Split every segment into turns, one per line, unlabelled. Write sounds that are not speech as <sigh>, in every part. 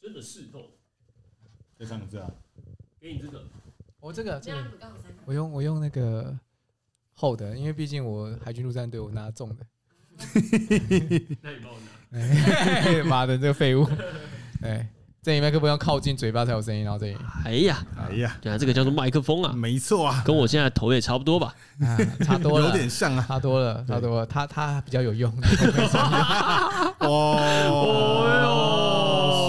真的是透，
再唱一次啊！
给你这个，
我这个
这
这
样
个，
你刚好三个，
我用我用那个厚的，因为毕竟我海军陆战队我拿重的，
<laughs> 那你帮我拿。
<laughs> 哎妈的这个废物，哎，这里麦克风要靠近嘴巴才有声音，然后这里
哎呀，
哎呀，
对啊，这个叫做麦克风啊，
没错啊，
跟我现在头也差不多吧。
啊差多
有
了，
点像
<laughs>
啊。
差多了，差多了，他他比较有用，
哦，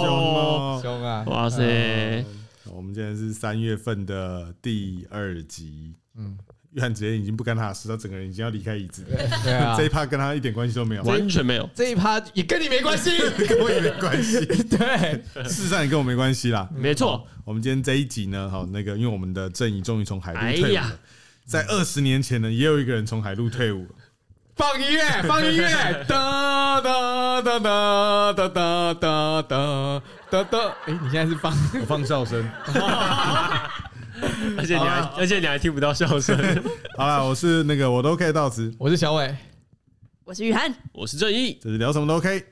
凶哦！
凶啊，
哇塞，
好我们今天是三月份的第二集，
嗯，
约翰杰已经不干他的事，他整个人已经要离开椅子了。
对对啊
这，一趴跟他一点关系都没有，
完全没有。
这一趴也跟你没关系，
<laughs> 跟我也没关系。
对，
事实上也跟我没关系啦。
没错，
我们今天这一集呢，好，那个因为我们的正义终于从海陆
哎
退伍
呀
了，在二十年前呢，也有一个人从海陆退伍了。
放音乐，放音乐，哒哒哒哒哒哒哒哒哒哒，哎，你现在是放
我放笑声。
而且你还，而且你还听不到笑声。
好啦，我是那个我都 OK 到此，
我是小伟，
我是雨涵，
<laughs> 我是正义，
就是聊什么都 OK。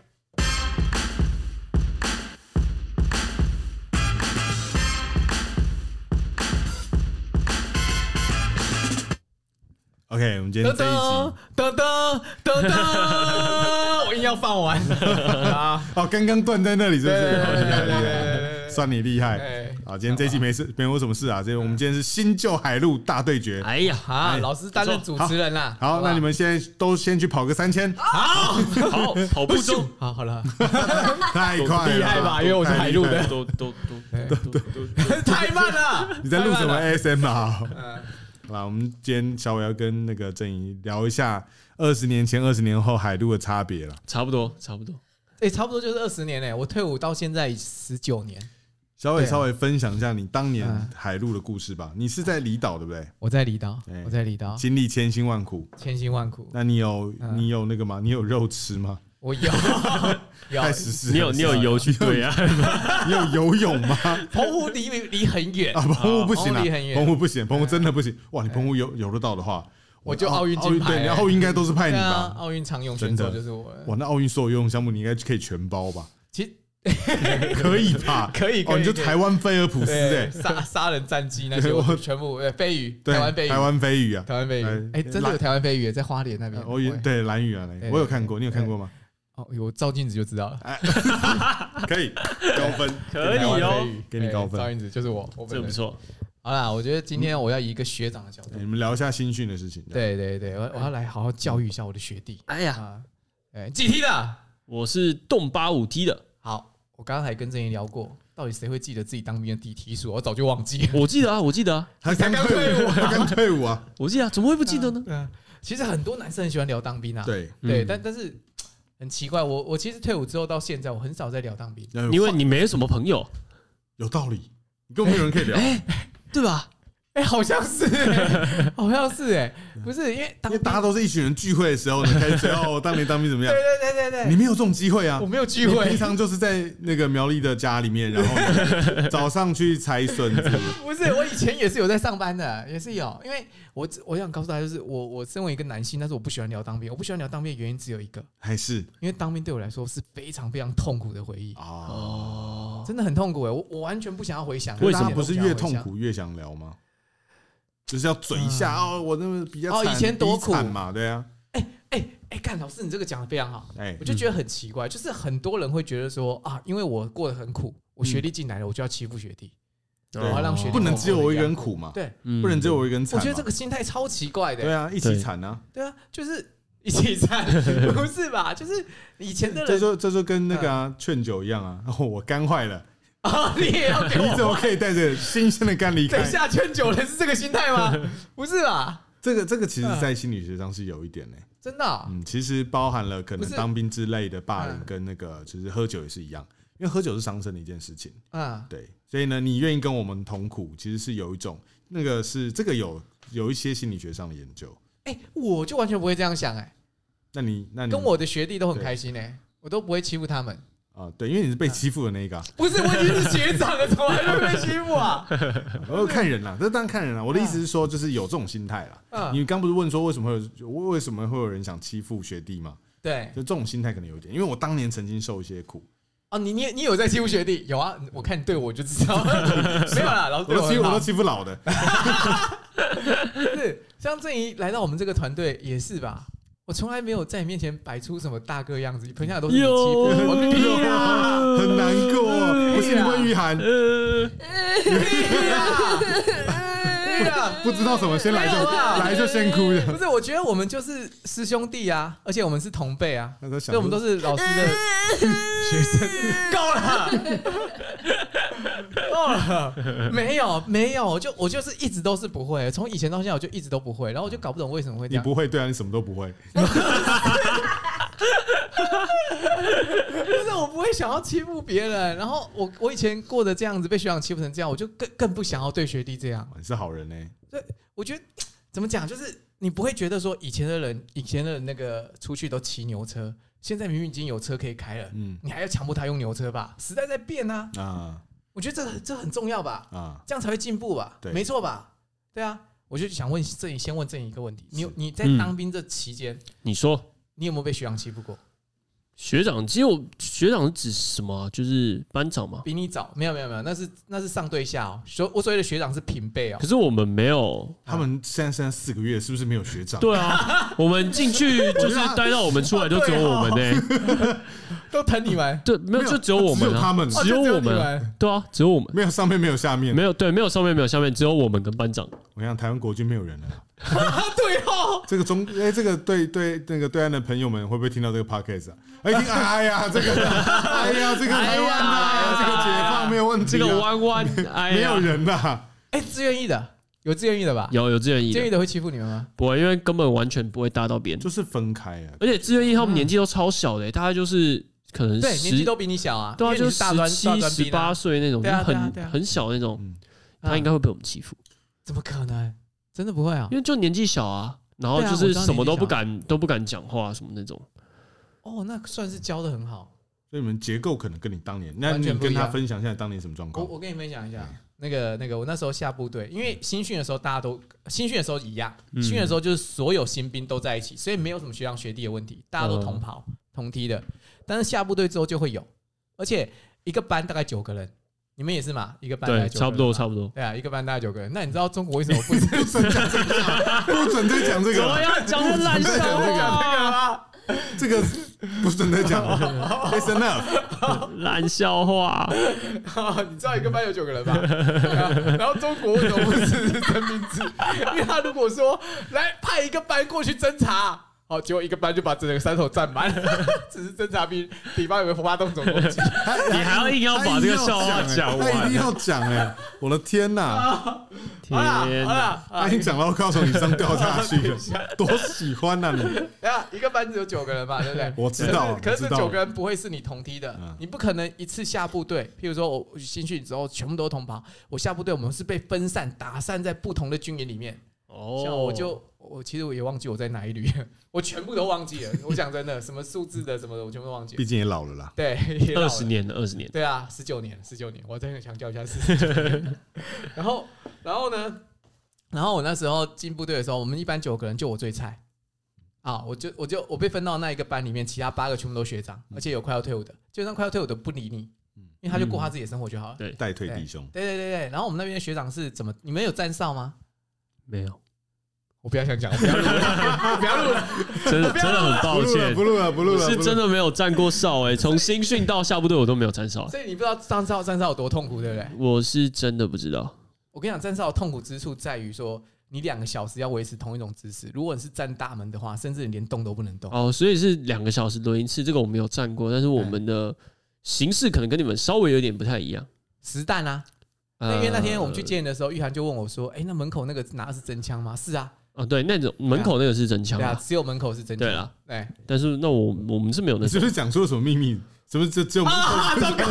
OK，我们今
哒
天这一
哒
集哦
哒哒哒哒，我硬要放完啊！
哦，刚刚断在那里是不
对对
是？好厉害
对
厉害
对对，
算你厉害。
哎
好，今天这一集没事，没有什么事啊。这我们今天是新旧海陆大对决。
哎呀，
啊，老师担任主持人啦。
好，那你们现在都先去跑个三千，
好，
好，跑步中，
好好了，
太
啊
快了，
厉害吧因为我是海陆的
太厉害了
都都哎都都都，
太慢了。
你在录什么
太慢了？
ASM 啊？
嗯
好啦，我们今天小伟要跟那个郑怡聊一下二十年前、二十年后海陆的差别了。
差不多，差不多。
哎，差不多就是二十年嘞，我退伍到现在十九年，
小伟
对啊
稍微分享一下你当年
嗯
海陆的故事吧。你是在离岛对不对？
我在离岛
哎，
我在离岛，
经历千辛万苦，
千辛万苦，
那你有
啊嗯
你有那个吗？你有肉吃吗？
我有有
太实施了，
<laughs> 你有你有游去对 <laughs> 啊，
<laughs> 你有游泳
<laughs>
吗？
<laughs> 澎湖离离很远
啊，，澎湖不行啊
哦澎湖离很，远嗯
澎湖不行，澎湖真的不行。哇，你澎湖游游得到的话，
我就奥运金牌
对，你奥运应该都是派
对
你
啊，
吧？
奥运常泳选手
真的
就是我。
哇，那奥运所有游泳项目你应该可以全包
<laughs>
吧？
其实
可以吧？
可以可
哦，
以
你就
可以
台湾菲尔普斯哎
对，杀杀人战绩那
对
些，
我
我全部对飞鱼，
对，
台湾飞鱼，
台湾飞鱼啊，
台湾飞
哎
鱼，哎，真的
蓝
有台湾飞鱼在花莲那边
呃，我也
喂
对蓝雨啊，蓝
对
屿我有看过，你有看过吗？
哦，我照镜子就知道了，
可
<laughs>
以高分，
可以
台湾
哦
飞，鱼
给你
哎
高分
照镜子就是我，我本
这
人
不。错。
好啦，我觉得今天我要以一个学长的角度
哎，你们聊一下新训的事情。，
对对对，我我要来好好教育一下我的学弟
哎呀，
啊，哎，几梯的？
我是动八五 T 的，
好，我刚刚还跟郑怡聊过，到底谁会记得自己当兵的第一梯数？我早就忘记了。
我记得啊，我记得啊，
他刚
刚
退
退
伍，
伍
他刚退伍啊。
我记得啊，怎么会不记得呢？
嗯，其实很多男生很喜欢聊当兵 <laughs> 啊，
对，
对，
嗯
但但是很奇怪，我我其实退伍之后到现在，我很少在聊当兵。
因
因为你没什么朋友，
有道理，你跟我们有人可
<laughs>
以聊，因
对吧？
哎、好像是、 <laughs> 欸，好像是哎、不是因为当
为
兵，
大家都是一群人聚会的时候，你
<laughs>
开始说哦，当年当兵怎么
对
样？
对对对
你
对，
没有这种机会啊
我。没有聚
你
会
平，常就是在那个苗栗的家里面，然
<laughs>
后早上去猜孙子，
不是我以前也是有在上班的，也是有，因为我我想告诉大家，就是我我身为一个男性，但是我不喜欢聊当兵，我不喜欢聊当兵的原因只有一个，
还是
因为当兵对我来说是非常非常痛苦的回忆，
哦，
哦，
真的很痛苦哎、我我完全不想要回想，
为什么
大家不是越痛
苦？
苦越想聊吗？就是要嘴一下哦，我那么比较
哦
惨
以前多苦
比惨嘛，对啊，
哎、哎，干、老师，你这个讲的非常好，
哎
我，就觉得很奇怪，就是很多人会觉得说啊，因为我过得很苦，我学历进来了，我就要欺负学弟，
对
我要让学弟
不能只有我一个人
跟我样。
苦嘛，
对，
嗯
不能只有我一个人惨
我
嘛。
觉得这个心态超奇怪的、
对啊，一起惨啊，
对啊，就是一起站，不是吧？就是以前的
这 <laughs>
人
就这就跟那个
嗯
啊劝酒一样啊， <laughs> 哦我肝坏了，
啊，你也要给
<laughs> 你怎
我。
么可以带着新鲜的肝离
等
开
一？下，劝酒人是这个心
<laughs>
态吗？不是吧？
这个这个
嗯
其实，在心理学上是有一点呢。
真的哦、
嗯，其实包含了可
不
能
是
当兵之类的霸凌，
嗯
跟那个就是喝酒也是一样，因为喝酒是伤身的一件事情。
啊，
对，所以呢，你愿意跟我们同苦，其实是有一种那个是这个有有一些心理学上的研究。
哎、我就完全不会这样想、哎，
那你那你
跟我的学弟都很开心、哎，我都不会欺负他们。
啊，对，因为你是被
嗯
欺负的那一
<laughs>
个啊，
不是，我已经是学长
<laughs>
了，怎么还会被欺负啊？
我要看人啦，这当然看人啦。我的意思是说，就是有这种心态啦。
嗯
你刚不是问说为什么会有为为什么会有人想欺负学弟吗？
对
就，这种心态可能有一点，因为我当年曾经受一些苦，
哦，你你你有在欺负学弟？有啊，我看你对我就知道，没有啦，老师
我
对
都欺
很
我
好
都欺负老的，
是像郑怡来到我们这个团队也是吧？我从来没有在你面前摆出什么大哥样子，朋友都是你欺负 <laughs> 我，
有
屁啊
<laughs>
呀！
很难过。哦
呀
我是你温雨涵，
呃，
屁呀对呀，
不知道什么先来
没
就
有啦
来就先哭
不
的。
是，我觉得我们就是师兄弟啊，而且我们是同辈啊，
那时候
所
想
以我们
<laughs>
都是老师的
嗯
<laughs> 学生。够了，
<laughs>
够了，没有没有，我就我就是一直都是不会，从以前到现在我就一直都不会，然后我就搞不懂为什么会这
你
样。
不会，对啊，你什么都不会。
就是我不会想要欺负别人，然后我我以前过得这样子，被学长欺负成这样，我就更更不想要对学弟这样。
哇你是好人呢、
我觉得怎么讲，就是你不会觉得说以前的人，以前的人那个出去都骑牛车，现在明明已经有车可以开了，
嗯
你还要强迫他用牛车吧？时代在变啊，
啊
我觉得这这很重要吧，
啊，
这样才会进步吧，
对
没错吧？对啊，我就想问郑怡，先问郑怡一个问题，你有
是
你在
嗯
当兵这期间，
<laughs> 你说
你有没有被学长欺负过？
学长，只有学长是指什么啊？就是班长嘛。
比你早？没有没有没有，那是那是上对下哦，所我所谓的学长是平辈哦
可。是我们没有，
他们现在剩下四个月，是不是没有学长？
对啊，我们
<laughs>
进去就是待到我们出来就只有我们
啊
呢，
都疼你
<laughs>
们，哦
对，没有就只有我
只
们
有他
啊，
们，
只有我们啊，对啊，只有我们，
没有上面，没有下面。
没有对，没有上面没有下面，只有我们跟班长。
我想台湾国军没有人了。
啊，对哦，
这个中哎、这个对对那个对岸的朋友们会不会听到这个 podcast 啊？哎、听哎呀，这个哎呀，这个台湾啊，这个解放没有问题、
这
啊，
个弯
<laughs>
弯，哎呀，
没有人啊呐、
哎，自愿意的，有自愿意的吧？
有有志愿役
自愿意
的，
的会欺负你们吗？
不会，因为根本完全不会搭到边，
就是分开啊。
而且志愿役他们年纪都超小的、欸大概就是可能
嗯对，年纪
十，
都比你小啊，
对啊，
因为
就
你是大专
十
大
七、
专
十
兵啊
八岁那种，
对
就
啊对啊
很
对啊
很小那种，
嗯，
他应该会被我们欺负，
怎么可能？真的不会啊
因！为就年纪小啊，然后
对啊
就
我
是
知道
什么都
年纪
不
小
敢都不敢讲话什么那种，
哦，那算是教的很好。
所以你们结构可能跟你当年，那
完
你
全不一
跟
样
他分享一下当年什么状
我
况？
我跟你分享一下，那个那个，我那时候下部队，因为新训的时候大家都新训的时候一样，
嗯
新训的时候就是所有新兵都在一起，所以没有什么学长学弟的问题，大家都
哦
同袍同梯的。但是下部队之后就会有，而且一个班大概九个人，你们也是嘛？一个班大概
对，
九
差不多
个人嘛
差不多。
对啊，一个班大概九个人。那你知道中国为什么不是？
<laughs>
不准讲这个，不准再讲这
怎么
个，啊
样讲啊的烂笑话？
这个不准再讲了。It's enough。
<laughs>
烂笑话，
啊， <laughs> 你知道一个班有九个人吧？对啊然后中国为什么不支持征兵制？因为他如果说来派一个班过去侦查，好，结果一个班就把整个山头占满， <laughs> 只是侦察兵，敌方有没有发动总攻击？
你还要硬要把这个笑话
讲
讲
他一定
完？
要讲哎、我的天呐、
天
好啦，好
哪！
<laughs>
啦，
他
啊
已经讲到靠从以上掉下去
<laughs>
了，多喜欢呐、你！
等一下一个班只有九个人嘛，对不对？
我知道，
哎可是可是
我知
这
道
九个人不会是你同梯的
嗯，
你不可能一次下部队。譬如说我新训之后全部都同袍，我下部队我们是被分散打散在不同的军营里面。
哦
像我就我其实我也忘记我在哪一旅，我全部都忘记了。我讲真的，什么数字的什么的，我全部都
<laughs>
忘记了
毕。竟也老了啦。
对，也老
二
了
十。年了，二十年，
对啊，十九年，十九年，我再强调一下是十九 <laughs> 年。然后，然后呢？然后我那时候进部队的时候，我们一般九个人，就我最菜啊！我就我就我被分到那一个班里面，其他八个全部都学长，而且有快要退伍的，基本上快要退伍的不理你
嗯，
因为他就过他自己的生活就好了。
对
代退弟兄，
对对对对。然后我们那边的学长是怎么？你们有站哨吗？
没有，
我不要想讲，我不要录了， <laughs> 不要录了。
真的真的很
不
抱
录了，
歉
不，录了，不录
我
了，
是真
的。
的没有站过哨哎、
<laughs>
从新训到下部队我都没有站哨，
<laughs>
哎
所以你不知道站哨站哨有多痛苦，对不对？
我是真的不知道。
我跟你讲，站哨的痛苦之处在于说，你两个小时要维持同一种姿势。如果你是站大门的话，甚至你连动都不能动。
哦，所以是两个小时轮一次，这个我没有站过，但是我们的
哎
形式可能跟你们稍微有点不太一样。
实弹啊，那
呃
因为那天我们去，见你的时候，玉涵就问我说：“哎、那门口那个拿的是真枪吗？”是啊，
哦，对，那种门口那个是真枪
对啊，
啊，
只有门口是真枪。
对啦，
对，
但是那我我们是没有那
你是
种，
不是讲出了什么秘密？是不是这只有我们
啊，糟糕，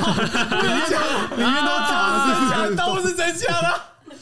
里面都讲的是不是？
都是啊真枪
<laughs>
啊，都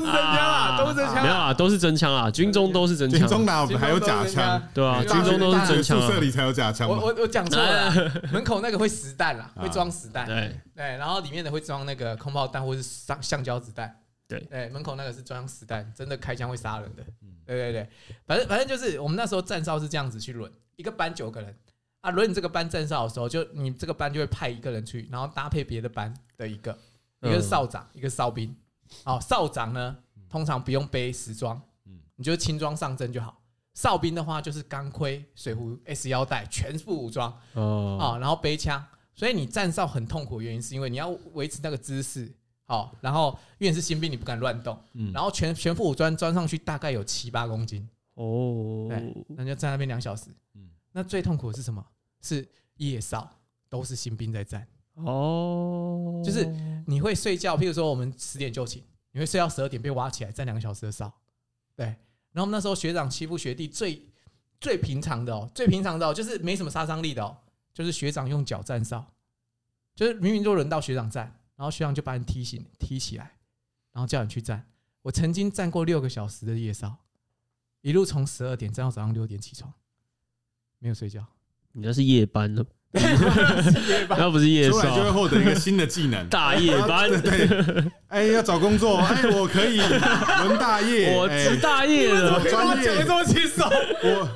是真枪啊，都是真枪
没有
啊。
啊，都是真枪啊，军中都是真
军
枪
中
啊，
哪有还有假枪？
对啊，
军
军中都是真枪
宿舍
啊，
里才有假枪
我
嘛。
我我讲错了
<laughs>
啦，门口那个会实弹啦，
啊
会装实弹。
对，
对，哎然后里面的会装那个空炮弹或是橡橡胶子弹。
对
对，门口那个是装实弹，真的开枪会杀人的。对对对，反正反正就是我们那时候站哨是这样子去轮，一个班九个人，啊，轮你这个班站哨的时候，就你这个班就会派一个人去，然后搭配别的班的一个，一个是哨长，一个是哨兵。哦，哨长呢通常不用背时装，
嗯
你就轻装上阵就好。哨兵的话就是钢盔、水壶、S 腰带，全副武装
哦，
哦，然后背枪。所以你站哨很痛苦，的原因是因为你要维持那个姿势，好、然后因为你是新兵，你不敢乱动，
嗯
然后全全副武装装上去大概有七八公斤，
哦，
对那你就站那边两小时。
嗯
那最痛苦的是什么？是夜哨，都是新兵在站。
哦，
就是你会睡觉，譬如说我们十点就寝，你会睡到十二点被挖起来站两个小时的哨。对，然后我们那时候学长欺负学弟最最平常的哦，最平常的哦，就是没什么杀伤力的哦，就是学长用脚站哨，就是明明就轮到学长站，然后学长就把你踢醒踢起来，然后叫你去站。我曾经站过六个小时的夜哨，一路从十二点站到早上六点起床，没有睡觉。
你那是夜
<laughs>
班呢，
夜班
那不是夜
出来就会
少，。
获得一个新的技能
大夜
<laughs>
班，
对，哎，要找工作，哎，我可以轮大
<laughs>
夜，
我
哎
值大夜的，
我专业
讲得这么轻松，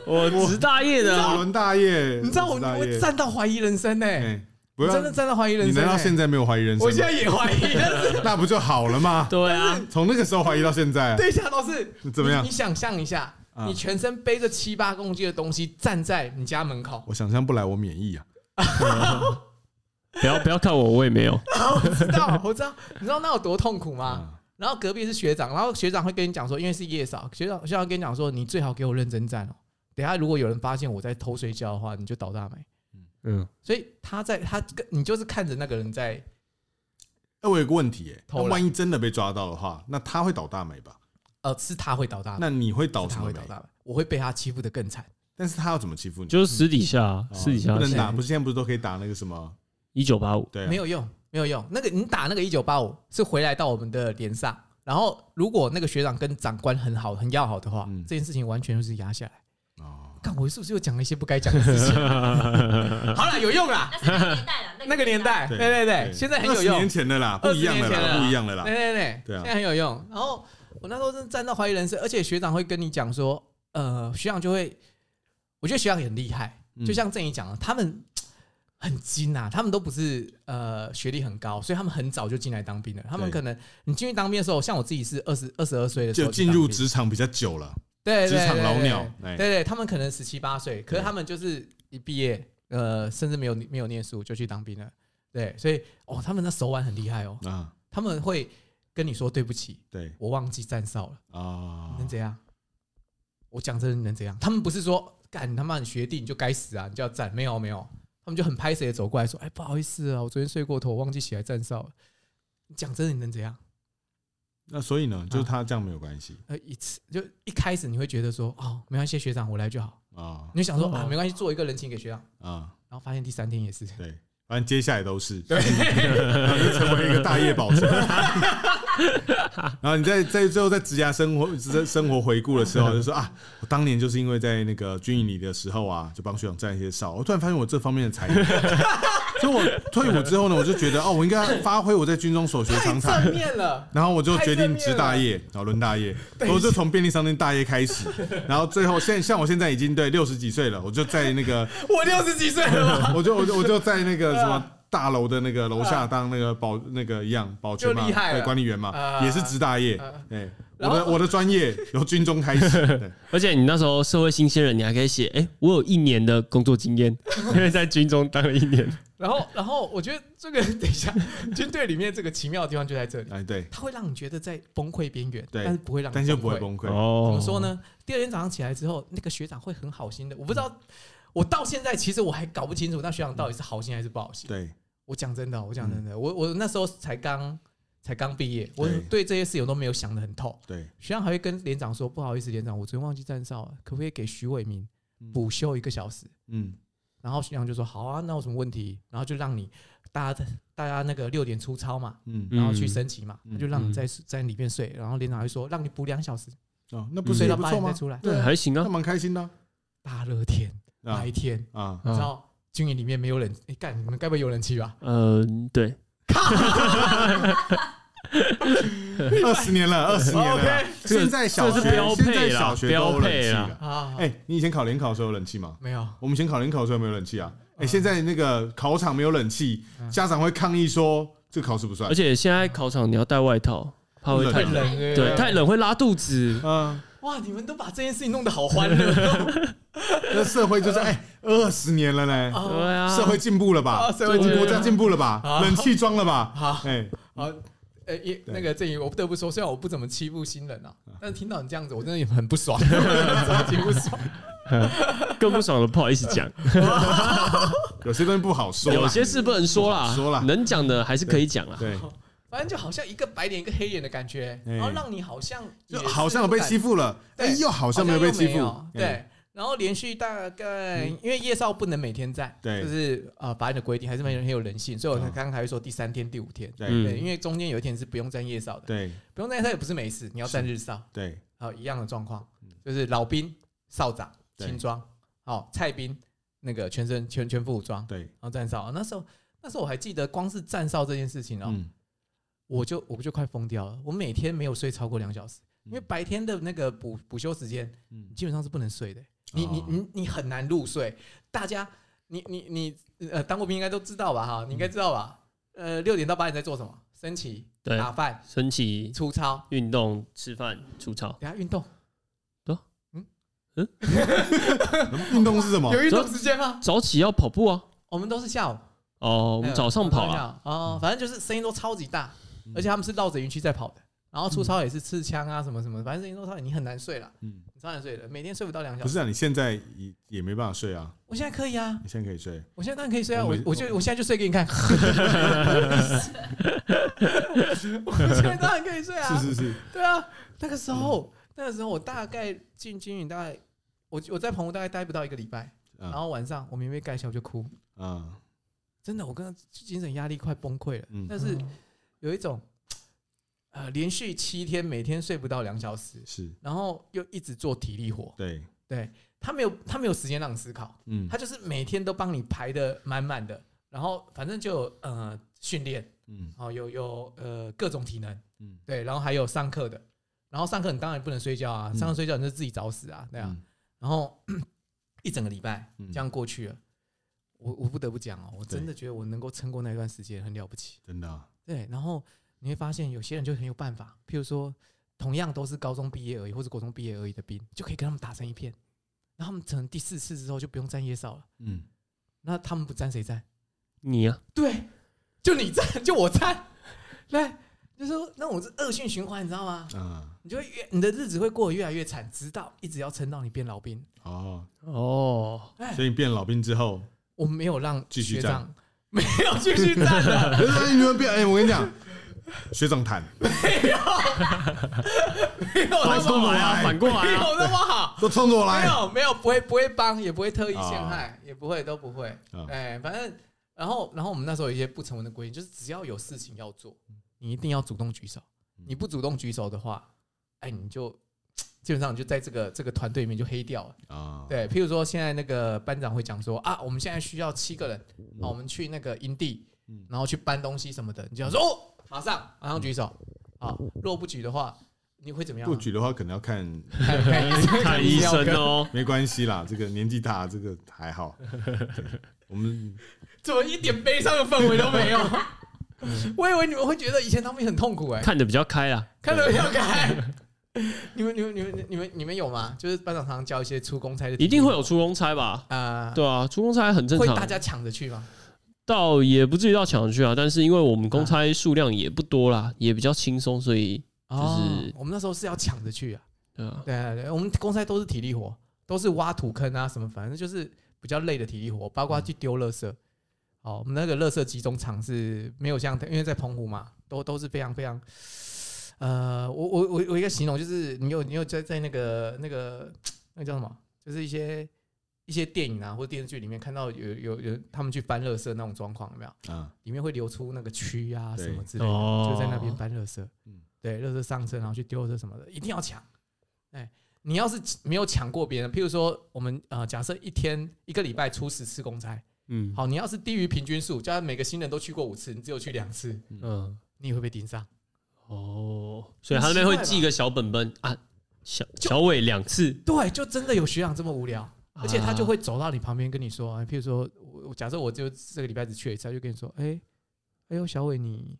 我
我值大夜的
我
啊，
轮大夜，
你知道我
我值大
我
夜
站到怀疑人生呢、
哎，不
我
要
真的，站到怀疑人
你
生、
难道现
在？
在没有怀疑人生吗？
我现在也怀疑，
<laughs>
但是
那不就好了
<laughs>
吗？
对啊，
从那个时候怀疑到现在，啊
对象都是
怎么样
你你想象一下，
啊
你全身背着七八公斤的东西站在你家门口，
我想象不来，我免疫啊。
<laughs> 不要不要看我，我也没有，
我知道，我知道，你知道那有多痛苦吗？
啊，
然后隔壁是学长，然后学长会跟你讲说，因为是夜少，学长学长跟你讲说，你最好给我认真站哦，等一下如果有人发现我在偷睡觉的话，你就倒大霉。
嗯，
所以他在他跟你就是看着那个人在
哎，我有个问题，哎，
偷
那
懒
万一真的被抓到的话，那他会倒大霉吧？
呃，是他会倒大霉，
那你会倒什
是他
么
会
霉
倒？大霉，我会被他欺负的更惨。
但是他要怎么欺负你？
就是私底下啊
哦
私底下
不能
是
打，不是现在不是都可以打那个什么？
一九八五，
对啊，
没有用，没有用。那个你打那个一九八五是回来到我们的脸上，然后如果那个学长跟长官很好、很要好的话，
嗯
这件事情完全就是压下来。
哦，
看我是不是又讲了一些不该讲
<laughs>
的事情？好了，有用啊啦，
那是那个年代了，
那个年代，哎对对对，现在很有
20
用
年，前的啦，不一样的
20年前的
啦，
啦哎
不一样的啦
对。对对，
对啊
现在很有用。然后我那时候真的站到怀疑人生，而且学长会跟你讲说，呃，学长就会，我觉得学长也很厉害，
嗯
就像正义讲的，他们很精啊，他们都不是呃学历很高，所以他们很早就进来当兵了。他们
对
可能你进去当兵的时候，像我自己是二十二十二岁的时
就
候
进入
去当兵
职场比较久了，
对对
职场
对
老
对
鸟
对
哎
对对，他们可能十七八岁，可是
对
他们就是一毕业，呃，甚至没有没有念书就去当兵了。对，所以哦，他们的手腕很厉害哦，
啊，
他们会跟你说对不起，
对
我忘记站哨了，
啊
你，能怎样？我讲真的，你能怎样？他们不是说干你他妈你学弟你就该死啊，你就要站，没有没有，他们就很拍谁走过来说，哎，不好意思啊，我昨天睡过头，我忘记起来站哨了。你讲真的，你能怎样？
那所以呢，
啊
就是他这样没有关系
呃，一次就一开始你会觉得说，哦，没关系，学长我来就好，
啊
你就想说
哦
啊，没关系，做一个人情给学长，
啊，
然后发现第三天也是，
对，反正接下来都是，对，成为一个大夜宝城。 <laughs> 然后你在在最后在职涯生活生生活回顾的
<laughs>
时候，就说啊，我当年就是因为在那个军营里的时候啊，就帮学长站一些哨，我突然发现我这方面的
<laughs>
才能。所以我退伍之后呢，我就觉得哦，我应该发挥我在军中所学
太
长才。
正面了，
然后我就决定值大业，然后轮大业，我就从便利商店大业开始，然后最后现像我现在已经对六十几岁了，我就在那个，
我六十几岁了， <laughs>
我就我就我就在那个什
啊
么。大楼的那个楼下当那个保那个一样保全嘛，
就厉害了
对管理员嘛，
啊
也是值大业
啊。
哎、我
然后
的我的专业由军中开
<laughs>
始，对
而且你那时候社会新鲜人，你还可以写，哎、我有一年的工作经验，因为在军中当了一年，
然后然后我觉得这个 <laughs> 等一下军队里面这个奇妙的地方就在这里，
哎对，
它会让你觉得在崩溃边缘，
对
但是不会让你
但是又不会
溃。
崩溃。
哦，
怎么说？呢？第二天早上起来之后，那个学长会很好心的，我不知道，我到现在其实我还搞不清楚那学长到底是好心还是不好心。
对，嗯
我讲真的，我讲真的，我我那时候才刚才刚毕业，我
对
对这些事情我都没有想得很透。
对，
学长还会跟连长说：“不好意思，连长，我昨天忘记站哨了，可不可以给徐伟明
嗯
补休一个小时
嗯，？”
然后学长就说：“好啊，那有什么问题？”然后就让你大家大家那个六点出操嘛，
嗯，
嗯
然后去升旗嘛，
嗯
他就让你在在里面睡。然后连长还说：“让你补两小时，
哦，那不是
睡
嗯
也
到
不
八
错
点再
吗？
出来。
对，还行
那
啊，
蛮开心的啊”
大热天
啊
白天， <laughs>
啊，
你知道军营
呃
里面没有冷，哎干，你们该不会有冷气吧？
嗯、对，
二十年了，二十年了
OK，。
这
现在小
这是
学
标，
现
配啦
在小学都有冷气
标配
了。
啊，
哎，你以前考联考的时候有冷气吗？
没有，
我们以前考联考的时候没有冷气啊。哎，
嗯
现在那个考场没有冷气，
嗯
家长会抗议说这个考试不算
而。且现在考场你要带外套，怕会
太
太
冷
冷
冷，
了，
对，太冷会拉肚子。
嗯，
哇！你们都把这件事情弄得好欢乐
这社会就是哎，二十年了嘞，
对
啊！
啊，
社会进步了吧
啊？社
我
会
进
们
步
国家进步了吧？
啊
冷气装了吧？
好
哎，
好，呃，也那个郑宇，我不得不说，虽然我不怎么欺负新人啊，但是听到你这样子，我真的很不
<laughs>
爽，超级不爽。
更不爽的不好意思 <laughs> 讲，
有些东西不好说啊啦。
有些事不能说
不
啦，
好说啦
能讲的还是可以讲啦。
对，
反正就好像一个白脸一个黑脸的感觉，
哎
然后让你好像
就好像有被欺
负，
负了，哎，
对
又好
好
像没有被欺
又
负
有。
哎嗯
对。然后连续大概，因为夜少不能每天在，
对
就是呃法院的规定还是蛮很有人性，所以我
嗯
刚刚才会说第三天、第五天，
对
嗯
对，因为中间有一天是不用站夜少的，
对
不用站夜少也不是没事，你要站日少，
对
好一样的状况，
嗯
就是老兵、少长、
对
轻装，好蔡兵那个全身全全副武装，
对，
然后站哨。那时候那时候我还记得，光是站哨这件事情哦，
嗯，
我就我就快疯掉了。我每天没有睡超过两小时，因
嗯
为白天的那个补补休时间，
嗯
基本上是不能睡的。你你
哦
你你很难入睡。大家，你你你呃，当过兵应该都知道吧？哈，你
嗯
应该知道吧？呃，六点到八点在做什么？升旗、
对，
打饭、
升旗、
粗糙，
运动、吃饭、出操，
等下运动。
走
嗯
嗯
运动是什
哦
么
有？运动时间吗？
早起要跑步啊。
我们都是下午。
哦，我们早上跑啊，
啊，哦，反正就是声音都超级大
嗯，
而且他们是绕着园区在跑的，然
嗯
后出操也是刺枪啊什么什么，反正声音都超，你很难睡了，
嗯，
你超难睡的，每天睡不到两小
不
时。
是啊，你现在也也没办法睡啊，
我现在可以啊，
你现在可以睡。
我现在当然可以睡啊，
我
我
每
我就我现在就睡给
<laughs>
你看，我现在当然可以睡啊，
是是是，
对啊，那个时候那个时候我大概进军营大概。我我在澎湖大概待不到一个礼拜，然
啊
后晚上我棉被盖起来我就哭，
啊，
真的，我刚刚精神压力快崩溃了。
嗯
但是有一种，呃，连续七天每天睡不到两小时，
是
然后又一直做体力活，
对，
他没有他没有时间让你思考，
嗯
他就是每天都帮你排的满满的，然后反正就有呃训练，
嗯
然后有有呃各种体能，
嗯，
对，然后还有上课的，然后上课你当然不能睡觉啊，
嗯
上课睡觉你就自己找死啊，对啊，
嗯，
然后 <clears throat> 一整个礼拜
嗯
这样过去了，我我不得不讲哦，我真
对
的觉得我能够撑过那段时间很了不起。
真的啊，
对，然后你会发现有些人就很有办法，譬如说同样都是高中毕业而已，或者国中毕业而已的兵，就可以跟他们打成一片。然后他们可能第四次之后就不用站夜哨了，
嗯，
那他们不站谁站？
你啊，
对，就你站， <laughs> 就我站，对，就说那我是恶性循环，你知道吗？
啊，
你就会越你的日子会过得越来越惨，直到一直要撑到你变老兵。
哦，
哦，
哎
所，以你变老兵之后，
我没有让
继续
学
站
长， <laughs> 没有继续
<laughs>
站了，
可是你们变，哎，我跟你讲，学长谈，
没有那么
反过来啊，
来
反过
没
来
<laughs>
啊，
有那么好。
都冲着我
没
来，
有没有，不会不会帮，也不会特意陷害，也不会都不会。
啊
哎，反正然后然后我们那时候有一些不成文的规定，就是只要有事情要做，
嗯
你一定要主动举手。你不主动举手的话，哎，你就基本上你就在这个这个团队里面就黑掉了。
啊，
对，譬如说现在那个班长会讲说啊，我们现在需要七个人，啊，我们去那个营地
嗯，
然后去搬东西什么的，你就要说哦，马上马上举手。啊，若不举的话，你会怎么样
不
啊？
举的话，可能要看，
<laughs> 看看医生
看医生哦，
没关系啦，这个年纪大，这个还
<laughs>
好，对我们
怎么一点悲伤的氛围都没有？
嗯
我以为你们会觉得以前当兵很痛苦哎、
看得比较开啊。
看到没有改？ <laughs> 你们、你们、你们、你们、你们有吗？就是班长常常教一些出公差的，
一定会有出公差吧？
啊、
对啊，出公差很正
会大
常，
家抢着去吗？
倒也不至于到抢去啊。但是因为我们公
啊
差数量也不多啦，也比较轻松，所以
哦，我们那时候是要抢着去啊，
对啊，
对啊对啊，我们公差都是体力活，都是挖土坑啊什么，反正就是比较累的体力活，包括去丢垃圾。哦，我们那个垃圾集中场是没有像，因为在澎湖嘛，都都是非常非常，呃，我我我我一个形容就是，你有你有在在那个那个那个叫什么，就是一些一些电影啊或者电视剧里面看到有有有他们去搬垃圾那种状况，有没有？
啊，
里面会流出那个蛆啊
对
什么之类的，
哦
就在那边搬垃圾
嗯，
对，垃圾上车然后去丢垃圾什么的，一定要抢。哎，你要是没有抢过别人，譬如说我们呃，假设一天一个礼拜出十次公差，
嗯
好，你要是低于平均数，叫他每个新人都去过五次，你只有去两次，
嗯，
你也会被盯上。
哦，所以他那边会记一个小本本啊，小小伟两次，
对，就真的有学长这么无聊，而且他就
啊
会走到你旁边跟你说，哎譬如说我我假设我就这个礼拜只去了一次，他就跟你说，哎，哎呦，小伟你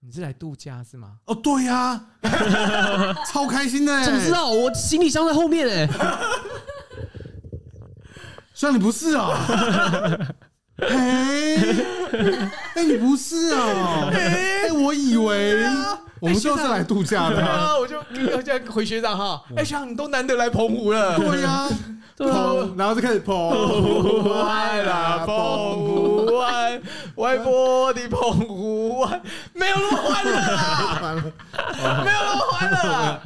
你是来度假是吗？
哦，对呀、
<laughs>
超开心的、
哎
欸。
怎么知？道？我行李箱在后面
<laughs>
哎、
虽然你不是啊、
<laughs>
嘿，哎、你不是啊、哎、我以为
啊
我们就是来度假
对
的、
<laughs> 啊，我就现在回学长哈，哎，学长你都难得来澎湖了，
对呀、
对啊，
然后就开始澎湖爱啦，澎湖。
湖湾，外婆的澎湖湾，没有那么欢乐啊，
完了，
没有那么欢乐啊，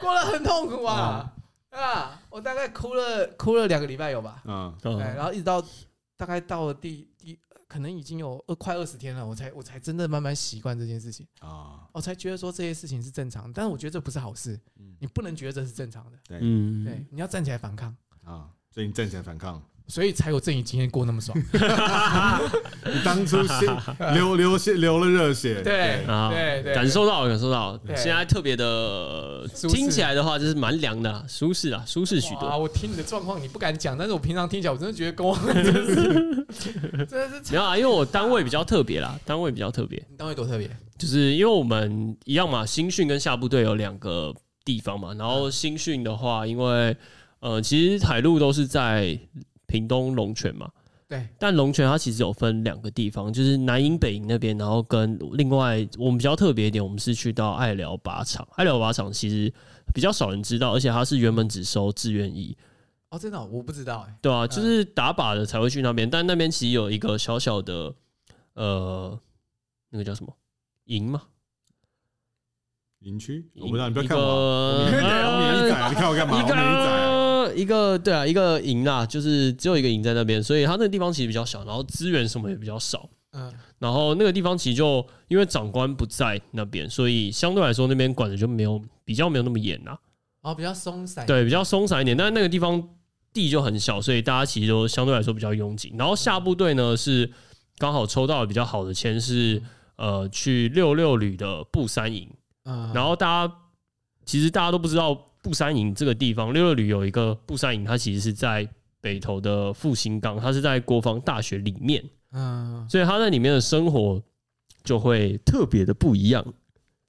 过得很痛苦啊啊！我大概哭了哭了两个礼拜有吧，
嗯，
哦
哎，然后一直到大概到了第第，可能已经有二快二十天了，我才我才真的慢慢习惯这件事情，
啊，
我才觉得说这些事情是正常，但是我觉得这不是好事
嗯，
你不能觉得这是正常的，
嗯，
对，你要站起来反抗，
啊，所以你站起来反抗。
所以才有正义今天过那么爽。
你当初先流流血流了热血，
对
啊，
对对
感受到了，感受到了，
对
现在特别的，
舒适
听起来的话就是蛮凉的啊，舒适啊，舒适许
啊！
多。
我听你的状况，你不敢讲，但是我平常听起来，我真的觉得跟我 <laughs> 真的是，
<laughs>
真的是
没有啊，因为我单位比较特别啦，单位比较特别，
你单位多特别
就是因为我们一样嘛，新训跟下部队有两个地方嘛，然后新训的话，因为呃，其实海陆都是在屏东龙泉嘛，
对，
但龙泉它其实有分两个地方，就是南营北营那边，然后跟另外我们比较特别一点，我们是去到爱寮靶场。爱寮靶场其实比较少人知道，而且它是原本只收志愿役，
哦，真的哦、我不知道哎、
对啊，就是打靶的才会去那边，但那边其实有一个小小的呃，那个叫什么营嘛，
营区，
一
我不知道，你不要
一
看我啊，我
个
免疫仔，我免疫仔，你看我干嘛？
一
我免疫仔，
个一个对啊，一个营啦，就是只有一个营在那边，所以它那个地方其实比较小，然后资源什么也比较少。
嗯，
然后那个地方其实就因为长官不在那边，所以相对来说那边管的就没有比较没有那么严啦、
哦，比较松散，，
对，比较松散一点。但是那个地方地就很小，所以大家其实都相对来说比较拥挤。然后下部队呢是刚好抽到了比较好的签，是呃去六六旅的步山营。
嗯，
然后大家其实大家都不知道布山营这个地方，六六旅有一个布山营，它其实是在北投的复兴岗，它是在国防大学里面，
嗯，
所以他在里面的生活就会特别的不一样。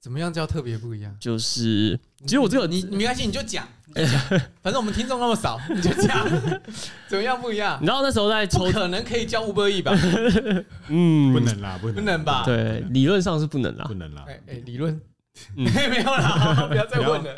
怎么样叫特别不一样？
就是其实我这个
你你没关系，你就讲，你
<laughs>
就讲，反正我们听众那么少，你就讲，怎么样不一样
你？知道那时候在抽
不，可能可以叫吴伯义吧？
嗯，
不，能啦，不能，
不能吧
对，理论上是不能啦
不。能啦
哎、，哎、理论。
嗯
<laughs> 没有啦，不要再问了，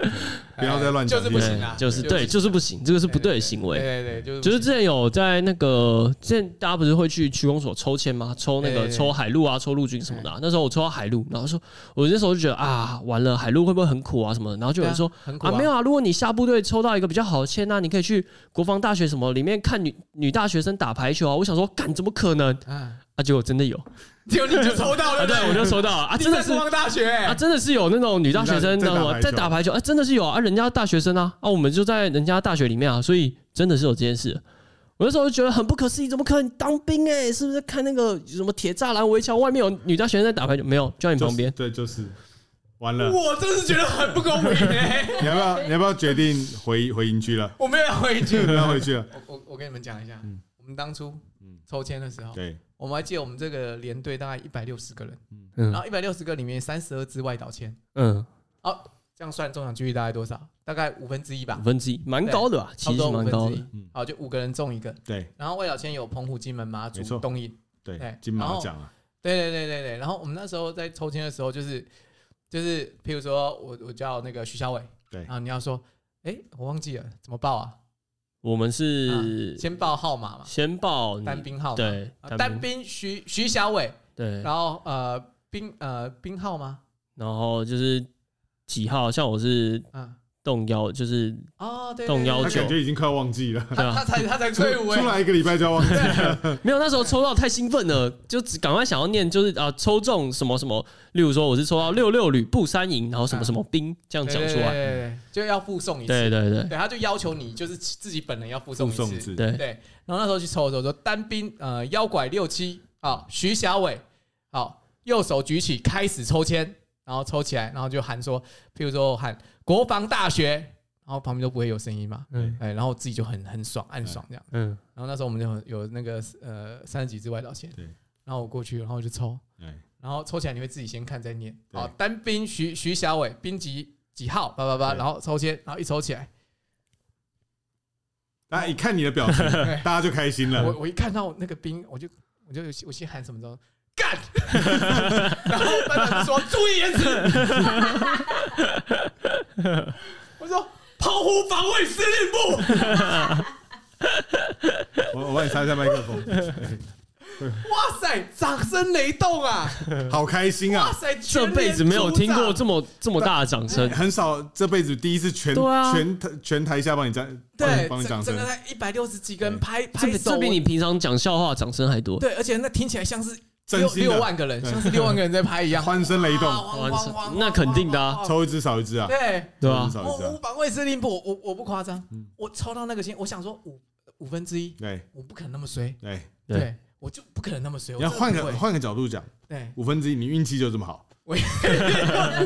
哎
不要再乱
就
讲
是
对
不行啦，
就是
不
啊对，
行
就是不行，这个是不对的行
对
为。
对对，
就是是
不
之前有在那个，之前大家不是会去区公所抽签吗？抽那
对对
个
对
抽海陆啊，抽陆军什么
哎
的啊、那时候我抽到海陆，然后说，我那时候就觉得啊，完了，海陆会不会很苦啊什么的？然后就有人说
对啊很苦
啊，没有啊，如果你下部队抽到一个比较好的签，那你可以去国防大学什么里面看女女大学生打排球啊。我想说，干怎么可能
啊，
啊？结果真的有啊，
结果你就抽到了，
对我就抽到了
<laughs>
啊，
啊
真的是
国防大学、
<laughs> 啊，真的是有那种女大学生
女大
那种在
在打排球
打排球，啊，真的是有啊，啊人家大学生啊，啊，我们就在人家大学里面啊，所以真的是有这件事。啊我那时候就觉得很不可思议，怎么可能当兵、欸？哎，是不是看那个什么铁栅栏围墙外面有女大学生在打排球？没有，就在你
就是
旁边。
对，就是完了。
我真是觉得很不公平哎、
你要不要？你要不要决定回回营区了？
我没有要回
<laughs>
去。
不要回去
<laughs>
了。
我我我跟你们讲一下，
嗯
我们当初
嗯
抽签的时候，
对，
我们还记得我们这个连队大概一百六十个人，
嗯
然后一百六十个里面三十二支外岛签，
嗯，
这样算中奖几率大概多少？大概五分之一吧
五，分之一，蛮高的吧？啊
差
其
不多
实
五
是蛮
分
高
之
的。
一
嗯。
好，就五个人中一个。
对
然后外岛签有澎湖、金门、马
没错
祖、东引。
对
对，
金马奖啊，
对对对对对。然后我们那时候在抽签的时候，就是就是，譬如说我我叫那个徐小伟，
对
然后你要说，哎，我忘记了怎么报啊？
我们是
先报号码嘛，
先报你
单兵号码。
对
啊单兵徐徐小伟，
对，
然后呃兵呃兵号吗？
然后就是几号？像我是
嗯，
动幺，就是
哦对，
动
他
幺
对对
九
感觉已经快忘记了，
对他他才他才
出
退伍
出
哎，
来一个礼拜就要忘记了。
没有，那时候抽到太兴奋了，就只赶快想要念，就是啊，抽中什么什么，例如说我是抽到六六旅步三营，然后什么什么兵，这样
对
讲出来。，
对对对对就要附送一
对
次，
对对
对，他就要求你就是自己本人要附送
附
一
送
次，
制，
对，
对。然后那时候去抽的时候说单兵呃啊妖怪六七，好徐小伟，好右手举起开始抽签，然后抽起来，然后就喊说，譬如说我喊国防大学，然后旁边都不会有声音嘛，
嗯
哎，然后自己就很很爽，暗爽这样。
嗯，
然后那时候我们就有有那个呃三十几支外岛线，
对
然后我过去，然后我就抽，
哎，
然后抽起来你会自己先看再念。
对
好，单兵徐徐小伟，兵级几号？叭叭叭，
对
然后抽签，然后一抽起来，
大家一看你的
<laughs>
表情，
对
大家就开心了
我。我一看到那个兵，我就我就我先喊什么钟干，然后班长就说注意言辞，我说澎湖防卫司令部，
我我帮你插一下麦克风，
<laughs> 哇塞，掌声雷动啊，
好开心
哇
啊！
塞，
这辈子没有听过这
么
么这么大的掌声，
很少这辈子第一次全
对啊
全台全台下帮你掌，帮你
对
帮你，
整
掌
整
声
个。在一百六十几个人
对
拍
这
拍
比
手，
这比你
我
平常讲笑话掌声还多。
对，而且那听起来像是
真
六
心的
六万个人，
对
像是六万个人在拍一样，
欢声雷动
哇哇哇哇哇
那肯定的啊
哇哇哇
抽一只少一只啊，
对。哦
抽
对吧
一只？少一只
我
啊
我，防卫司令部，我我我不夸张
嗯，
我抽到那个签，我想说五五分之一，
对
我不可能那么衰，
对。
对
对我就不可能那么衰。
你要
我真的
换
不
个
会
换个角度讲，
对，
五分之一，你运气就这么好，
我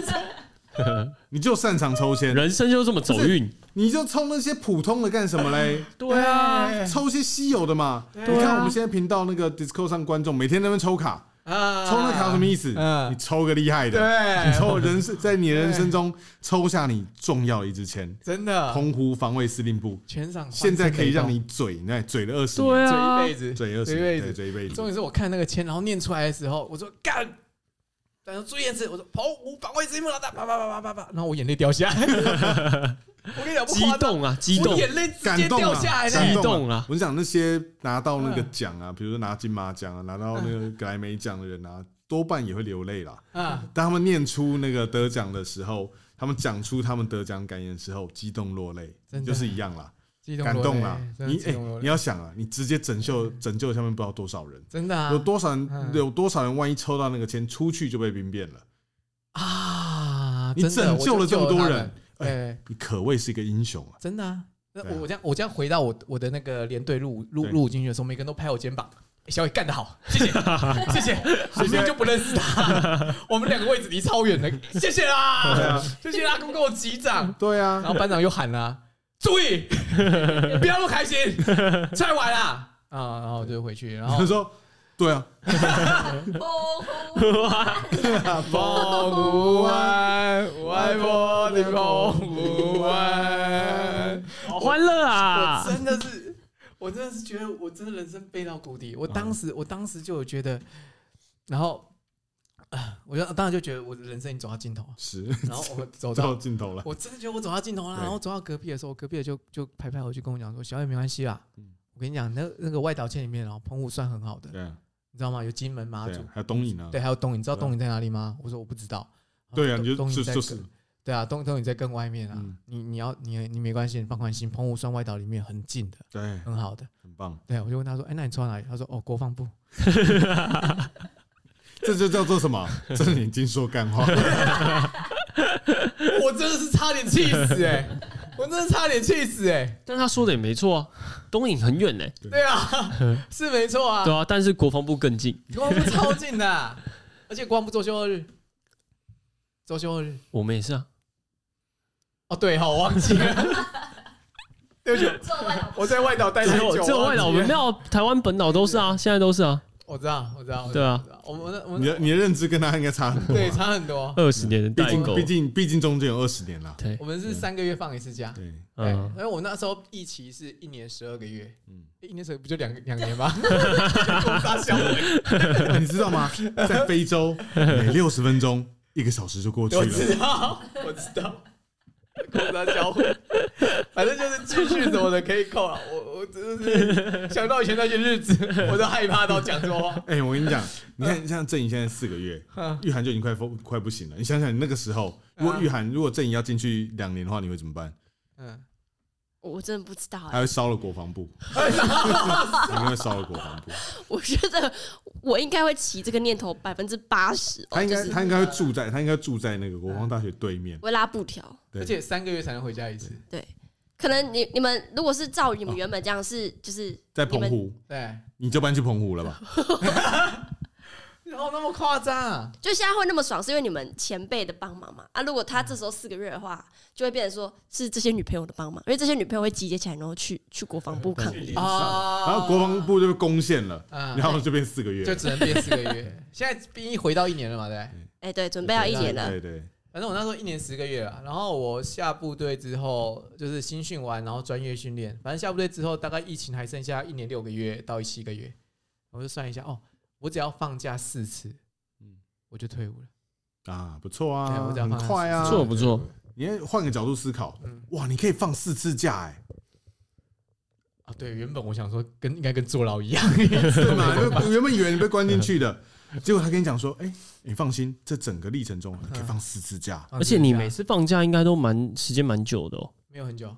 <laughs> 你就擅长抽签，
人生就这么走运，
你就抽那些普通的干什么嘞？
对啊，
哎抽些稀有的嘛。
对啊
你看我们现在频道那个 Disco 上观众每天在那边抽卡，
啊
<laughs> 抽那卡有什么意思？
嗯
你抽个厉害的，你
对，
抽人生在你的人生中抽下你重要的一支签，
真的，
澎湖防卫司令部
全场欢声
现在可以让
雷
你嘴，那嘴了二十
对
年，
动
啊
嘴一，辈子。
嘴二十
嘴一辈
年，
子
对，嘴一辈子
重。点是我看那个签，然后念出来的时候，我说干。但是朱彦志，我说跑五防卫司令部老大，啪啪啪啪啪啪，然后我眼泪
<laughs>
掉下来。我跟你讲，不
激
夸张，
动啊，激
我
动，
眼泪直接
感动
掉
啊
下来嗯呢。
激
感
动啊！
我是讲那些拿到那个奖啊，比如说拿金马奖啊，拿到那个格莱美奖的人啊，多半也会流泪啦。
啊，
当他们念出那个得奖的时候，他们讲出他们得奖感言的时候，激动落泪
真，的
就是一样啦，
激动
感
落
动
泪
啦。
真的
你
激
哎
动落，泪
你要想啊，你直接拯救拯救下面不知道多少人，
真的啊
有多少人
嗯
有多少人万一抽到那个签出去就被兵变了，
啊！
你
真的
拯救了这么多人，，
我就救了他们哎，
你可谓是一个英雄
<laughs>
啊！
真的啊！那
对啊
我我这样我这样回到我我的那个连队入伍入
对
入伍进去的时候，每个人都拍我肩膀。哎小伟干得好，谢
<laughs>
谢谢谢，明明就不认识他，我们两个位置离超远的，谢谢
对 <laughs>
啦
啊，
谢谢啦，给我击掌。
对啊，
然后班长又喊啦：“
<laughs>
注意，不要那么开心，踹完啦！”啊，然后我就回去，然后
他说对啊，
澎湖
澎湖湾，外婆的澎湖湾。
好欢乐啊
我！真的是，我真的是觉得我真的人生背到谷底。我当时，我当时就有觉得，然后，啊，我就当时就觉得我的人生已经走到尽头了。
是
然后我走
到
到，
尽头了，
我真的觉得我走到尽头了。
对
然后走到隔壁的时候，我隔壁的就就拍拍我，就跟我讲说：“小野没关系啦
嗯，
我跟你讲，那那个外岛线里面哦，澎湖算很好的，
对啊，
你知道吗？有金门、马
对
祖
啊，，还有东影啊，
对，还有东引。你知道
对啊
东引在哪里吗？”我说：“我不知道。”
对啊，
东
你就
东
就
引在
就是
更对啊，东东引在更外面啊
嗯。
你你要你你没关系，你放宽心，澎湖算外岛里面很近的，
对，
很好的。
很棒，
对，我就问他说：“哎、那你抽到哪里？”他说：“哦，国防部。
这就叫做什么？这是你经说干
<laughs>
话。”
<laughs> 我真的是差点气死 <laughs> 哎、我真的差点气死哎、
但他说的也没错啊，东影很远呢，
对 <laughs> 啊，是没错啊
对，啊，但是国防部更近，
国防部超近的啊、而且国防部周休二日，周休二日。
我们也是啊，
哦，对哈、我忘记 <laughs> 了，对不起，
做外岛
我在外岛待
只
太
有
久，
只有外岛，
忘
我
记了
们没有台湾本岛都是啊，现在都是啊，
我知道，我知道，我知道
对啊，
我知道我们我们
你的你的认知跟他应该差很多
对
啊。
差很多，
二十年的
毕
代
竟
沟
毕，竟毕竟中间有二十年了。
对
我，们是三个月放一次假。
对，
对，
嗯
因，为我那时候疫期是一年十二个月，
嗯，
欸一年十二不就两个两年吗？ <laughs> 大小
<laughs> 你知道吗？在非洲，每六十分钟一个小时就过去
我
了。
知道，我知道，扣他销毁，反正就是继续什么的可以扣啊。我我真的是想到以前那些日子，我都害怕到讲说话。
哎，我跟
<laughs>
你讲，你看像郑颖现在四个月
嗯，
玉涵就已经快疯快不行了。你想想，你那个时候，如果
嗯
玉涵如果郑颖要进去两年的话，你会怎么办？
嗯，
我真的不知道
还
哎、
会烧了国防部，你会烧了国防
<laughs>
部。
<laughs> 我觉得我应该会起这个念头百分之八十，哦
他应
就
该
是
他应该会住在他应该住在那个国防大学对面。
会拉布条。
对
而且三个月才能回家一次。
可能你你们如果是照你们原本这样是就是
在澎湖，
对，
你就搬去澎湖了吧？
有那么夸张啊？
就现在会那么爽，是因为你们前辈的帮忙嘛？啊，如果他这时候四个月的话，就会变成说是这些女朋友的帮忙，因为这些女朋友会集结起来，然后去去国防部抗议。哦
啊
然后国防部就被攻陷了，
啊
然后就变四个月，
就只能变四个 <laughs> 月。现在兵役回到一年了嘛，对不对。
哎、对，准备要一年了，
对对，
反正我那时候一年十个月啊，然后我下部队之后就是新训完，然后专业训练。反正下部队之后，大概疫情还剩下一年六个月到七个月，我就算一下，哦，我只要放假四次，
嗯
嗯，我就退伍了。
对啊，不错
对
啊，
我只要
很
放假
快啊
不
四，
错
次
不错，
你要换个角度思考
嗯，
哇，你可以放四次假哎，
啊，对，原本我想说跟应该跟坐牢一 <laughs> 样，
对嘛？就原本以为你被关进去的，结果他跟你讲说，哎，你放心，这整个历程中你可以放四次假，
而且你每
没
次放假应该都蛮时间蛮久的哦。
没有很久，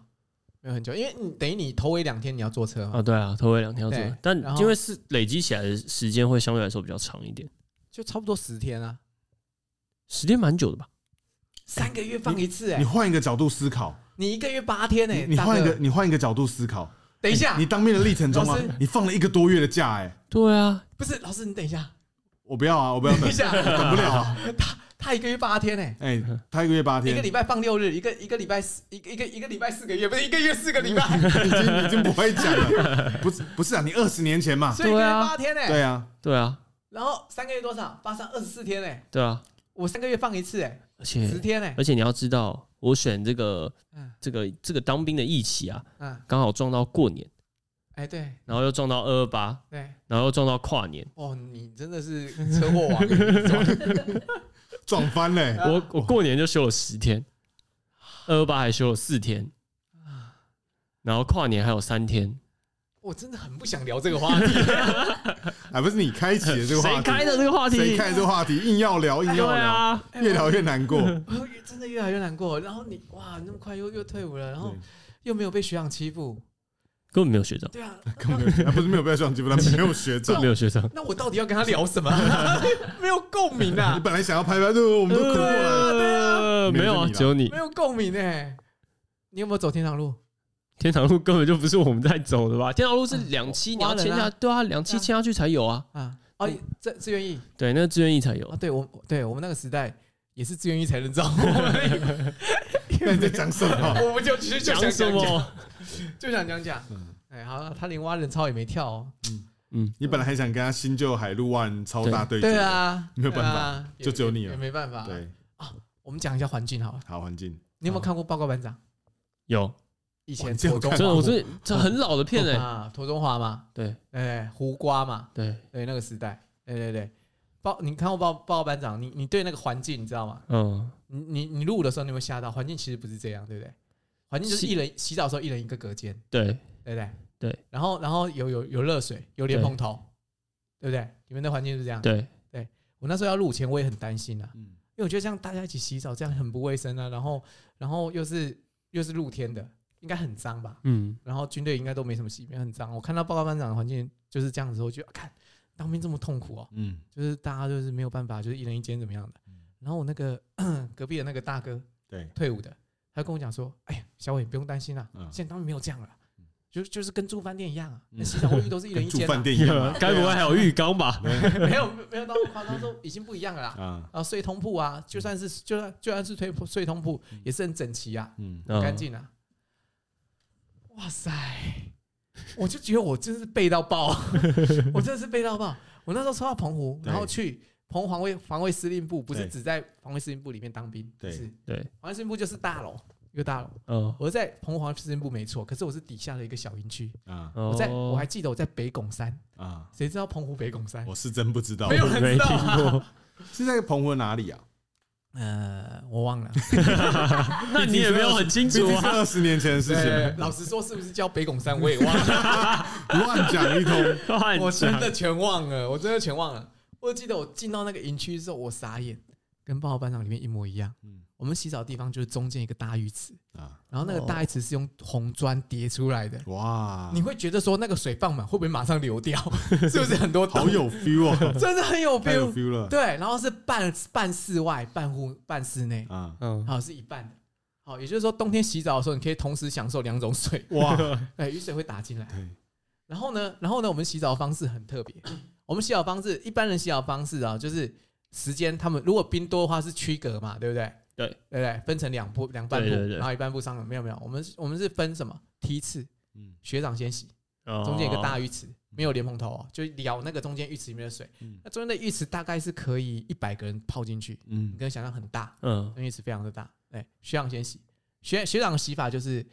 没有很久，因为你等于你头尾两天你要坐车嘛，
啊，对啊，头尾两天要做
对，
但
然后
因为是累积起来的时间会相对来说比较长一点，
就差不多十天啊，
时间蛮久的吧？
三个月放一次、
你
哎，
换一个角度思考，
你一个月八天哎、
你
欸，
你
大
换一
哥
个，你换一个角度思考，
等一下
你，当兵的历程中啊
老师，
你放了一个多月的假哎，
对啊，
不是老师，你等一下，
我不要啊，我 <laughs> 不要
等 <laughs>
等
一，下，
等不了啊，
他一个月八天哎、
哎，他一个月八
一
天
个，礼拜放六日，一个一个礼拜四，一个一个一个礼拜四个月，不是一个月四个礼拜，
<laughs> 已经已经不会讲了，不是不是啊，你二十年前嘛，
所以一个
对
月
啊
八天哎、
对啊，
对啊，
然后三个月多少？八三二十四天哎、
对啊，
我三个月放一次哎、
而
十
嗯
且
天哎、
而且你要知道，我选这个
嗯
这个这个当兵的义期啊，
嗯，
刚好撞到过年，
哎对
然后又撞到二二八，
对，
然后又撞到跨年，
哦，你真的是车祸
<laughs>
王，你知道吗
撞翻欸嘞、
啊
我我过年就休了十天，二二八还休了四天，然后跨年还有三天，
我真的很不想聊这个话
<laughs>
题。
哎，不是你开启的这个话
谁
题，
开的这个话题？
谁开的这个话题，硬要聊，硬
对
要聊，
啊，
越聊越难过。
哎我越真的越来越难过。然后你哇，那么快又又退伍了，然后
哦
对
又没有被学长欺负，
根本没有学长，
对啊，
根本没有
<laughs>
学，啊不是没有被上欺负，他没有学
根本
长
没。有学长，
那我到底要跟他
<laughs>
聊什么？没有共鸣
你
啊，
本来想要拍拍，对，我们都哭过来了。
呃没有
没有
啊，
是你啦
只有你
<laughs> 没。有共鸣哎、你有没有走天堂路？
天堂路根本就不是我们在走的吧？天堂路是两期，
嗯
你要签
挖人
下，
啊
对啊，两期签下去才有啊。
啊，哦，自自愿意
对，那个志愿役才
啊，
有。
对我对我们那个时代也是自愿意才 <laughs>
<laughs>
能找，我
<laughs> 那你在讲什么？ <laughs>
们就其实就想
讲什
讲讲，
么？
就想讲讲
嗯。
哎，好了，他连蛙人操也没跳哦。
嗯，
你本来还想跟他新旧海陆万超大
哎
对决，
对，啊，
没有办法
对啊，也
就只有你了
也没办法。
对，
我们讲一下环境好了，
好环境，
你有没有看过《报告班长》？
有，
以
环
前
境
国中
我看
真的，
华
我
过
是这很老的片哎。
啊，涂中华嘛，
对
哎，胡瓜嘛，
对，
对那个时代，对对对。报，你看过报报告班长，你你对那个环境你知道吗？
嗯，
你你你录的时候你有没有吓到？环境其实不是这样，对不对？环境就是
洗
一人洗澡的时候一人一个隔间，
对，
对不对？
对。
然后然后有有有热水，有莲蓬头，对不对？你们的环境是这样。
对，
我那时候要录前我也很担心啊，
嗯，
因为我觉得这样大家一起洗澡这样很不卫生啊，然后然后又是又是露天的，应该很脏吧？
嗯，
然后军队应该都没什么洗，没有很脏。我看到报告班长的环境就是这样子，我觉得啊看当兵这么痛苦哦，
嗯，
就是大家就是没有办法，就是一人一间怎么样的。
嗯
然后我那个 <clears throat> 隔壁的那个大哥
对，
退伍的，他跟我讲说：“哎呀，小伟你不用担心啦、
嗯
现在当兵没有这样了，就就是跟住饭店一样啊，
嗯
那洗澡卫浴都是一人
跟
一
住
间、
饭
啊，
店一样嘛，
<laughs> 该不会还有浴缸吧？
没有没有到那么夸张，说已经不一样了啦。”
啊？
然后睡通铺啊，就算是就算就算是睡睡通铺
嗯
也是很整齐啊，
嗯，
嗯
干。净啊。哇塞，我就觉得我真是背
<laughs>
到爆，我真的是背到爆。我那时候抽到澎湖，
对
然后去澎湖防卫防卫司令部，不是
对
只在防卫司令部里面当兵，
对
是
对，
防卫司令部就是大楼一个大楼。
嗯，
我在澎湖防卫司令部没错，可是我是底下的一个小营区。
啊
我
我在我还记得我在北拱山，
啊，
谁知道澎湖北拱山？
我是真不知道
没，有人
没
知道
听
啊。
过。
<laughs> 是在澎湖哪里
<laughs>
啊？
呃，我忘了。
<laughs> 那你也没有很清
毕
楚
竟是
啊。
二十年前的事
<laughs> 对
情，
老实说，是不是叫北拱山我也忘了。
<laughs> 乱讲一通。
<laughs> 乱
我真的
讲
全忘了，我真的全忘了。我记得我进到那个营区之后，我傻眼，跟《报告班长》里面一模一样。
嗯
我们洗澡的地方就是中间一个大浴池，
啊，
然后那个大浴池是用红砖叠出来的，
哇，
你会觉得说那个水放满会不会马上流掉？是不是很多洞
好，有 feel 哦，
真的很有
太有
feel。
feel 了
对，然后是半半室外、半户、半室内，
啊！
嗯，
好是一半的。好，也就是说冬天洗澡的时候，你可以同时享受两种水，
哇，
<laughs> 哎，雨水会打进来。
对，
然后呢，然后呢，我们洗澡的方式很特别，我们洗澡方式，一般人洗澡方式啊，就是时间，他们如果兵多的话是区隔嘛，对不对？
对
对不对？分成两步两半步，
对对对
然后一半步上了，没有没有，我们是我们是分什么梯次，
嗯
学长先洗，
哦
中间有一
哦
个大浴池，没有莲蓬头哦，就舀那个中间浴池里面的水，
嗯
那中间的浴池大概是可以一百个人泡进去，你
嗯
可以想象很大，
嗯，
那浴池非常的大。哎，学长先洗，学学长的洗法就是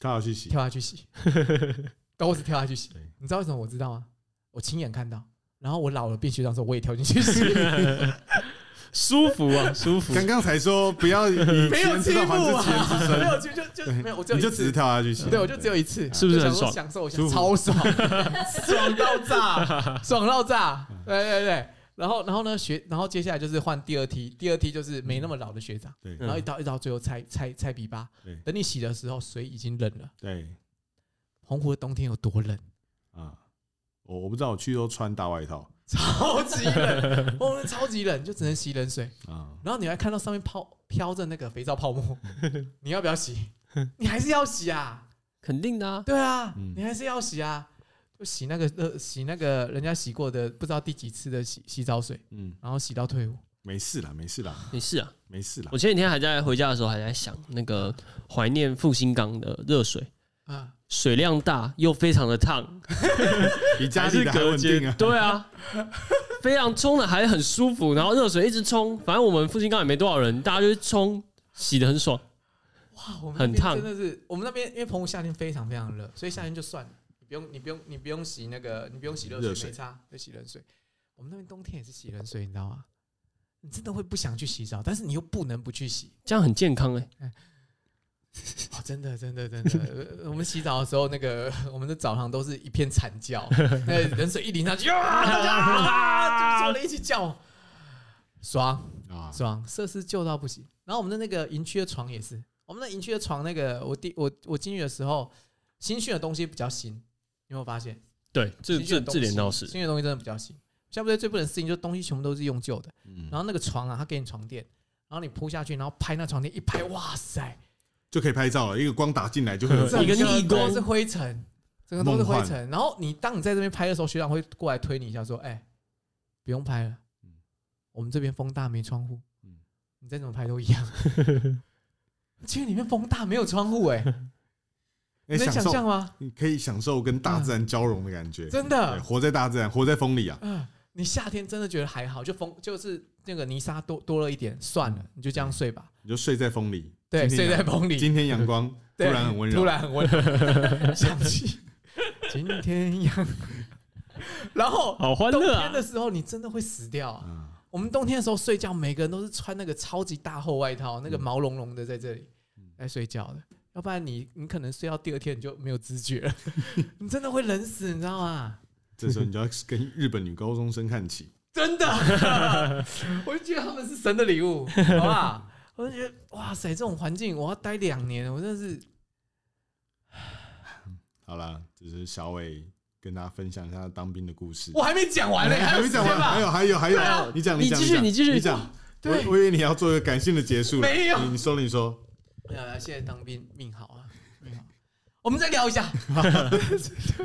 刚好去洗，
跳下去洗， <laughs> 都是跳下去洗
对。
你知道为什么我知道吗？我亲眼看到，然后我老了变学长的时候，我也跳进
<laughs>
去洗，
<laughs> 舒服啊，舒服。
刚刚才说不要以
没
没
有欺
之道
负
还治
我
其人之
啊，
身，
没有就就就没有，我只有
<laughs> 你就
一
只是
次，
跳下去洗。
对，我就只有一次，
是不是
就想
很
说
爽
享受一下
舒，服
超爽，爽到
<laughs>
炸，爽到炸，
嗯
对对对。然后，然后呢？学，然后接下来就是换第二梯，第二梯就是没那么老的学长，
对
嗯
然后一到一到最后拆拆拆比巴
对，
等你洗的时候，水已经冷了。
对
澎湖的冬天有多冷？ <laughs>
啊，我我不知道，我去都穿大外套
超级冷，
<laughs>
我们超级冷，就只能洗冷水。
啊，
然后你还看到上面泡飘着那个肥皂泡
<laughs>
沫，你要不要洗？你还是要洗啊，
肯定的啊，
<laughs> 对啊，
嗯
你还是要洗啊，就洗那个呃洗那个人家洗过的不知道第几次的洗洗澡水，
嗯，
然后洗到退伍。
没事啦，没事啦，
没事啊。
没事啦
我，前几天还在回家的时候，还在想那个怀念复兴港的热水，
啊，
水量大又非常的烫，
比家
还
里
是
的还
隔
稳
间
定啊，
对啊，非常冲的还很舒服，然后热水一直冲，反正我们附近刚好也没多少人，大家就冲，洗的很爽。
哇，啊我们
很
那边
烫
真的是我们那边因为澎湖夏天非常非常热，所以夏天就算了，你不用你不用你不用洗那个你不用洗热水
热水
没差，就洗冷水。我们那边冬天也是洗冷水，你知道吗？你真的会不想去洗澡，但是你又不能不去洗。
这样很健康哎、
哦，真的，真的，真的。呃我们 <laughs> 洗澡的时候，那个我们的澡堂都是一片惨叫，那冷水一淋上去，啊，大家啊，就是所有人一起叫，爽
啊，
爽，设施旧到不行。然后我们的那个营区的床也是，我们的营区的床，那个我第我我进去的时候，新训的东西比较新，你有没有发现？
对，这
新训
这
的东
这点
西
倒是，
新训的东西真的比较新。下部队最不能适应就是东西全部都是用旧的，
嗯
然后那个床啊，他给你床垫，然后你铺下去，然后拍那床垫一拍，哇塞！
就可以拍照了，一个光打进来啊就会有
一个逆
整
光
都是灰尘，整个都是灰尘。然后你当你在这边拍的时候，学长会过来推你一下，说：“哎、不用拍了
嗯，
我们这边风大没窗户
嗯，
你再怎么拍都一样。”其实里面风大没有窗户、
<laughs>
哎，
哎
能想
享
象
受，
吗？
你可以享受跟大自然交融的感觉，
嗯真
对
的，
活在大自然，活在风里啊，
啊，你夏天真的觉得还好，就风就是那个泥沙多多了一点，算了，你就这样睡吧。
你就睡在风里，
对，
嗯今天
睡在
阳
风里，
今天阳光突
对
然很温柔，
突然很温柔， <laughs> 想
<laughs>
起今天阳， <laughs> 然后
好欢
冬
乐
天
啊！
的时候你真的会死掉啊、
啊，
我们冬天的时候睡觉，每个人都是穿那个超级大厚外套，那个毛茸茸的在这里
嗯
在睡觉的，要不然你你可能睡到第二天你就没有知 <laughs> 觉了，你真的会冷死，你知道吗？
这时候你就要跟日本女高中生看齐，
真的， <laughs> 我就觉得他们是神的礼物，好不好？我就觉得哇塞，这种环境我要待两年，我真的是
好啦，这是小伟跟大家分享一下他当兵的故事。
我还没讲完呢、
哎还没
时间
讲完，
吧
还有还有还有，
对啊
你讲
你
讲
继续
讲
你继续
你讲。我
对
我以为你要做一个感性的结束了，
没有
你你说了你说，
呃，现在当兵命好啊，命好。我们再聊一下，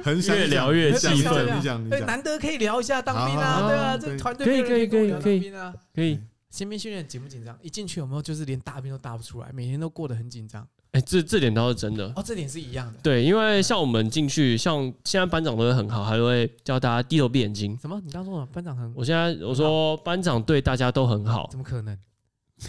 很想
越聊越
你讲
气
你
愤
讲你讲你
对，
讲，
难得可以聊一下当兵
好
啊，
好
对
好
啊，
可
这
以
团队
可以
没有人
可以
跟我聊
可以
当兵啊。
可以，
新兵训练紧不紧张？一进去有没有就是连大便都大不出来，每天都过得很紧张？
哎、这这点倒是真的。
哦，这点是一样的。
对，因为像我们进去，像现在班长都会很好，还会叫大家低头闭眼睛。
什么？你刚说什么？班长很？
我现在我说班长对大家都
<laughs>
很好，
怎么可能？
毕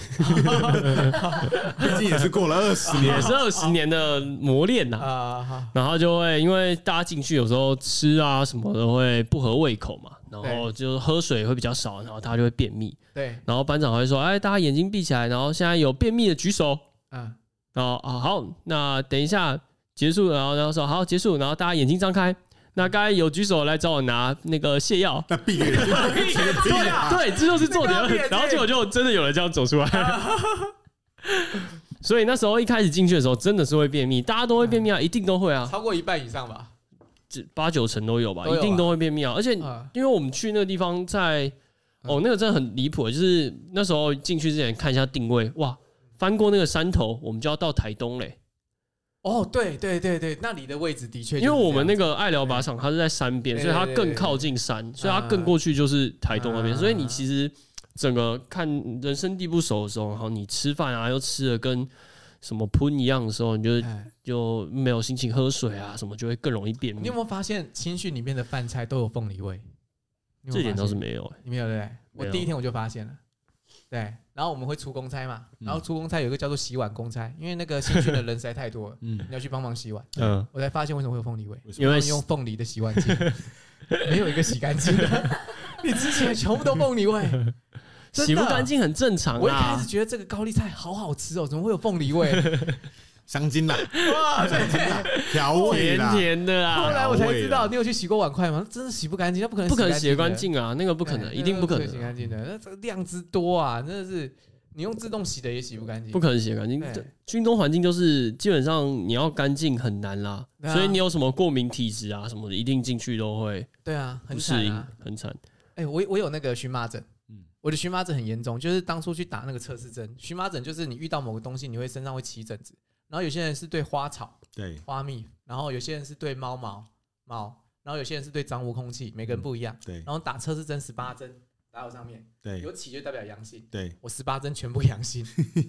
竟也是过了二十年，
也是二十年的磨练呐、
啊，好
<laughs> 然后就会因为大家进去有时候吃啊什么的会不合胃口嘛，然后就喝水会比较少，然后大家就会便秘。
对，
然后班长会说：“哎，大家眼睛闭起来，然后现在有便秘的举手。
嗯，”
然后啊好，那等一下结束了，然后然后说好结束，然后大家眼睛张开。那刚才有举手来找我拿那个泻药，
那闭着眼睛，，
对
啊
啊对，这就是重
这个要
点
变。
然后结果就真的有人这样走
<laughs>
出来。所以那时候一开始进去的时候，真的是会便秘，大家都会便秘啊，
嗯
一定都会啊，
超过一半以上吧。
这八九成都有吧，
都有
一
啊
定都会便秘啊。而且
啊，
因为我们去那个地方在，
嗯
哦，那个真的很离谱，就是那时候进去之前看一下定位，哇，翻过那个山头，我们就要到台东嘞。
哦，对对对对，那里的位置的确就是
因为
这样，
我们那个爱聊靶场它是在山边，
对
所以它
对对
更
对
靠近山，所以它
啊
更过去就是台东那边。
啊
所以你其实整个看人生地不熟的时候，然后你吃饭啊又吃的跟什么喷一样的时候，你就
哎
就没有心情喝水啊什么，就会更容易便
你
秘
有。没有发现新训里面的饭菜都有凤梨味？你有没有
这点
发
倒是
现
没有、欸，
你没有对不对？我
没有
第一天我就发现了，对。然后我们会出公差嘛，
嗯
然后出公差有一个叫做洗碗公差，因为那个新训的人实在太多了 <laughs>
嗯，
你要去帮忙洗碗。
嗯，
我才发现为什么会有凤梨味，
因为
他们用凤梨的洗
<laughs>
碗机，没有一个洗干净的。你之前全部都凤梨
<laughs>
味，真的啊
洗不干。净很正常啊
我一开始
啦。
觉得这个高丽菜好好吃哦，怎么会有凤梨
<laughs>
味？
香精啦，哇，香精啦，调味
甜
啦，
甜的
后
啊，
来我才
调味
知道，
啊
你有去洗过碗筷吗？真的洗不干净，那不可能，
不可能洗得干，净啊，那个不可能，
哎
一定不可
那洗
能啊，
干净的。那这个量之多啊，真的是你用自动洗的也洗不干净，
不可能洗得干净
哎。
军中环境就是基本上你要干净很难啦，
对啊
所以你有什么过敏体质啊什么的，一定进去都会
对啊，很
不
惨
适应
啊。，
很惨。
哎、我我有那个荨麻疹，
嗯
我的荨麻疹很严重，就是当初去打那个测试针，荨麻疹就是你遇到某个东西，你会身上会起疹子，然后有些人是对花草、
对，
花蜜，然后有些人是对猫毛、猫，然后有些人是对脏污空气，每
嗯
个人不一样。
对，
然后打测试针十八针打我上面，
对
有，起就代表阳性，
对，
我十八针全部阳性，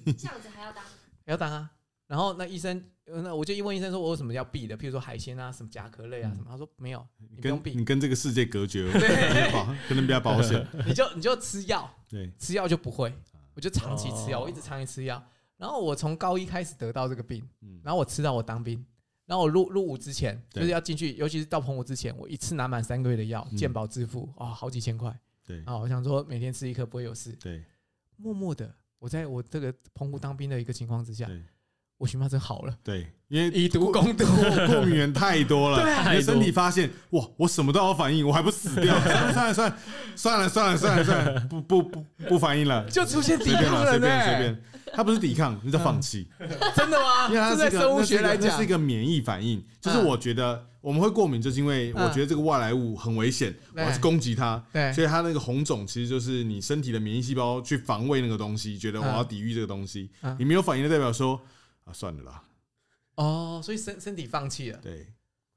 这样子还要当
要打啊。然后那医生，呃那我就一问医生说，我有什么要避的，譬如说海鲜啊、什么甲壳
嗯
类啊什么，他说没有，你不用
跟
避，
你跟这个世界隔绝，
对
保可能比较保险，
你就你就吃药，
对，
吃药就不会，
啊
我就长期
哦
吃药，我一直长期吃药。然后我从高一开始得到这个病，
嗯，
然后我吃到我当兵，然后我入入伍之前，就
对
是要进去，尤其是到澎湖之前，我一次拿满三个月的药，
嗯
健保支付啊、哦，好几千块
对，
啊、我想说每天吃一颗不会有事。
对，
默默的，我在我这个澎湖当兵的一个情况之下，
对，
我荨麻疹好了，
对，因为
以毒攻
<laughs>
毒。
过过敏源太多了，
对啊
你的身体发现哇，我什么都要反应，我还不死掉？ <laughs> 算了算了算了算了算了算了算了，不不不不反应了，
就出现抵
随便
<laughs>
了
抗了
随
呢、
便随便，他不是抵抗，是在放弃，
真的吗？
<laughs> 因为它
嗯 <laughs> 这
是
在
一个
生物
那是一
学
个
来
那
讲
是一，个免疫反应，就是
嗯
我觉得我们会过敏，就是因为我觉得这个外来物很危险，我
对
要去攻击它。
嗯对
所以它那个红肿其实就是你身体的免疫细胞去防卫那个东西，觉得我要抵御这个东西
嗯，
你没有反应就代表说啊算了啦，
哦，所以身身体放弃了。
对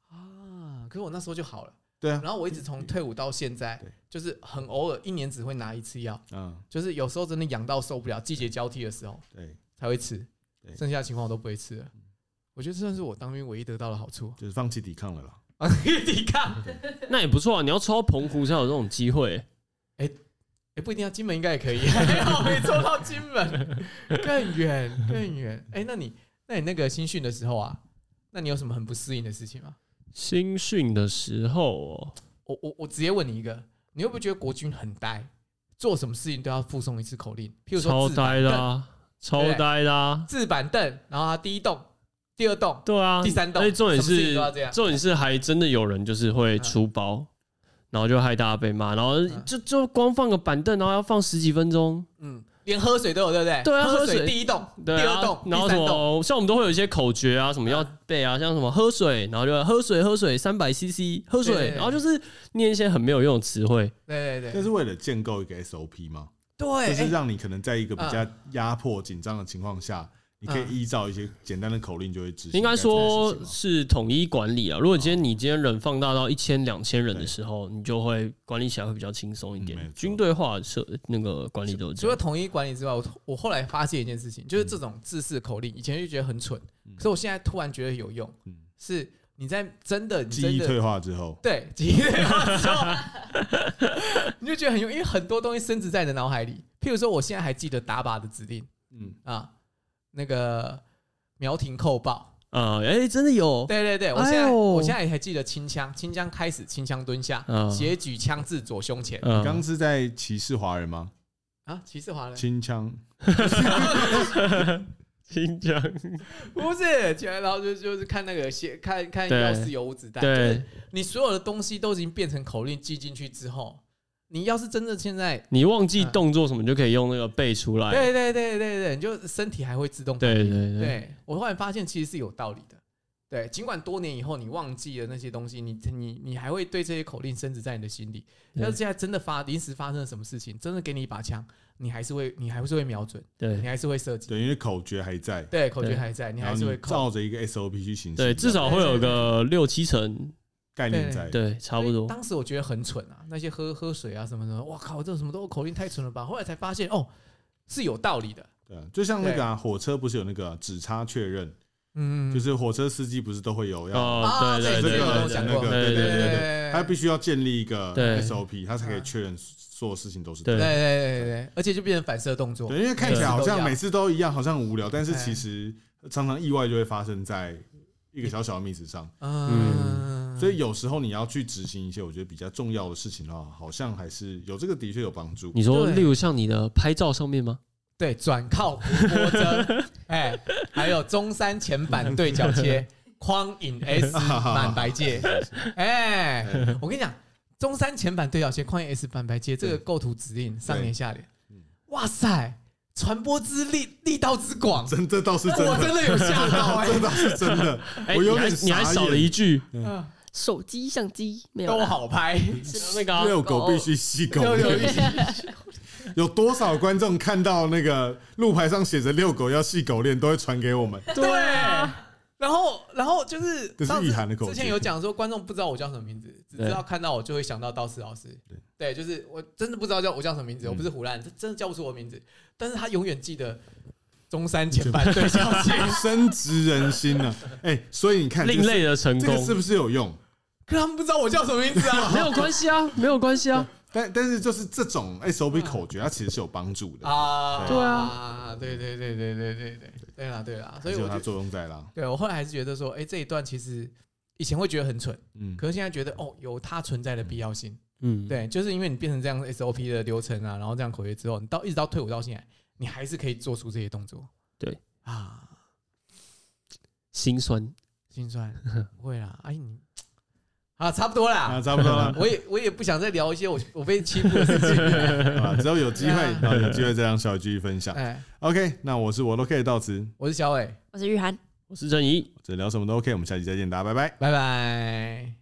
啊，可是我那时候就好了。
对啊，
然后我一直从退伍到现在
对，
就是很偶尔一年只会拿一次药，
嗯
就是有时候真的痒到受不了，季节交替的时候
对，
才会吃，
对
剩下的情况我都不会吃了。我觉得这算是我当兵唯一得到的好 <laughs> 处
就是放弃抵抗了啦。
啊！抵抗，
那也不错啊，你要抽到澎湖才有这种机会、
也不一定要金门，应该也可以。还好 <laughs> 没抽到金门， <laughs> 更远更远。哎，那你那你那个新训的时候啊，那你有什么很不适应的事情吗？
新训的时候、哦，
我我我直接问你一个，你会不会觉得国军很呆？做什么事情都要附送一次口令，譬如说
超
自白
呆的、啊，超
对
呆的、啊，
置板凳，然后它第一栋、第二栋，
对啊。
第三栋
而且重点
什么事情
是
都要这样，
重点是还真的有人就是会出包，然后就害大家被骂，然后
嗯
就就光放个板凳，然后要放十几分钟，
嗯，连喝水都有，对不对？
对啊
喝
喝水
第一栋、第
对
二
啊
栋、，
然后
第
什
三栋，
么像我们都会有一些口诀啊，什么要背啊，像什么喝水，然后就喝水喝水三百 CC
对对
喝水，
对
然后就是念一些很没有用的词汇，
对对
这
对
是为了建构一个 SOP 吗？
对，
就是
哎
让你可能在一个比较压迫、紧张的情况下，你可以依照一些简单的口令就会执行。
应该
该
说
做的事情吗
是统一管理啊。如果今天你今天人放大到一千两千人的时候，你就会管理起来会比较轻松一
嗯没
点
错。
军队化的社那个管理都是
除
这
了
样，
统一管理之外，我我后来发现一件事情，就是这种自式口令，以前就觉得很蠢，
嗯
可是我现在突然觉得有用
嗯，
是你在真的你
记忆
真的
退化之后，
对记忆退化之后， <laughs> 你就觉得很用，因为很多东西升值在你的脑海里。譬如说，我现在还记得打靶的指令
嗯，
啊，那个瞄停扣爆，
啊，哎，真的有，
对对对，我现在、
哎呦
我现在还记得清枪，清枪开始，清枪蹲下，
嗯
斜举枪至左胸前
你刚
嗯，
是在歧视华人吗？
啊，骑士华人
清腔，
新疆，
不是，起来然后就就是看那个斜看看
对
钥匙有无子弹，就是
对
你所有的东西都已经变成口令记进去之后，你要是真的现在，
你忘记动作什么，你就可以用那个背出来。
对对对对对，你就身体还会自动反
对
应
对对，
对我后来发现其实是有道理的，对，尽管多年以后你忘记了那些东西，你你你还会对这些口令深植在你的心里。
对
要是现在真的发临时发生了什么事情，真的给你一把枪，你还是会你还是会瞄准，
对
你还是会射击，
对，因为口诀还在，
对，口诀
对
还在，你
然
还
后
是
你
会扣。
照着一个 SOP 去行事，
对，至少会有个六七成，
概念在。
对，差不
所以
多。
当时我觉得很蠢啊，那些喝喝水啊什么的，哇靠，这什么都口令太蠢了吧？后来才发现哦，是有道理的。
对啊，就像那个啊，火车不是有那个啊只差确认，
嗯，
就是火车司机不是都会有要
哦，对对
这
对
个
这
对对
个
那个，对
对对
对对
对
对，他必须要建立一个
对
SOP，他才可以确认所有事情都是
对
对对对对对，而且就变成反射动作。
对，因为看起来好像
对
每次都一样，好像很无聊，但是其实常常意外就会发生在一个小小的密室上，
嗯，
所以有时候你要去执行一些我觉得比较重要的事情的话，好像还是有这个的确有帮助。
你说，
对
例如像你的拍照上面吗？
对转靠胡
<laughs>
波遮，哎，还有中山前板对角切，框影
<laughs>
S 满白界，哎，我跟你讲，中山前板对角切，框影 S 满白界这个构图指令上联下联，
嗯
哇塞，传播之力力道之广，
真这倒是真
我
的，
真的有吓到
<laughs>
哎
这，倒是真的。
哎，
我有
你还
点
你还
傻
少了
眼
一句，
嗯
手机相机没有
都
啦
好拍，<laughs>
那个啊
遛狗必须吸狗
就有一
链， <laughs> 有多少观众看到那个路牌上写着遛狗要系狗链，都会传给我们。
对啊。然后，然后就是
这是
上
雨
次
涵的口
之前
诀
有讲说，观众不知道我叫什么名字，只
对
知道看到我就会想到道士老师。对，就是我真的不知道叫我叫什么名字，我不是胡乱，真的叫不出我名字。但是他永远记得中山前半对小姐，
深植人心呢、哎、所以你看，
另类的成
这个
功
是，这个是不是有用？
可他们不知道我叫什么名字啊！
没有关系啊，没有关系啊，
但但是就是这种 SOP 口诀，它其实是有帮助的，
嗯啊，
对啊
啊，对对对对对对对对啦对啦，所
所
以
以
我
它
就
作用在啦。
对我后来还是觉得说，哎，这一段其实以前会觉得很蠢，
嗯，
可是现在觉得哦，有它存在的必要性。
嗯，
对，就是因为你变成这样 SOP 的流程啊，然后这样口诀之后，你到一直到退伍到现在，你还是可以做出这些动作。
对
啊，
心酸，
心酸不会啦，哎你啊，差不多
啊，
啦。
差不多
<laughs>
了
我也我也不想再聊一些我我被欺负的事情。
<laughs> 啊，之后有机会，
啊
啊，有机会再让小雨继续分享。
哎，
OK，那我是我都可以到此，
我是小伟，
我是玉涵。
我是郑怡。
这聊什么都 OK，我们下期再见，大家拜拜。
拜拜。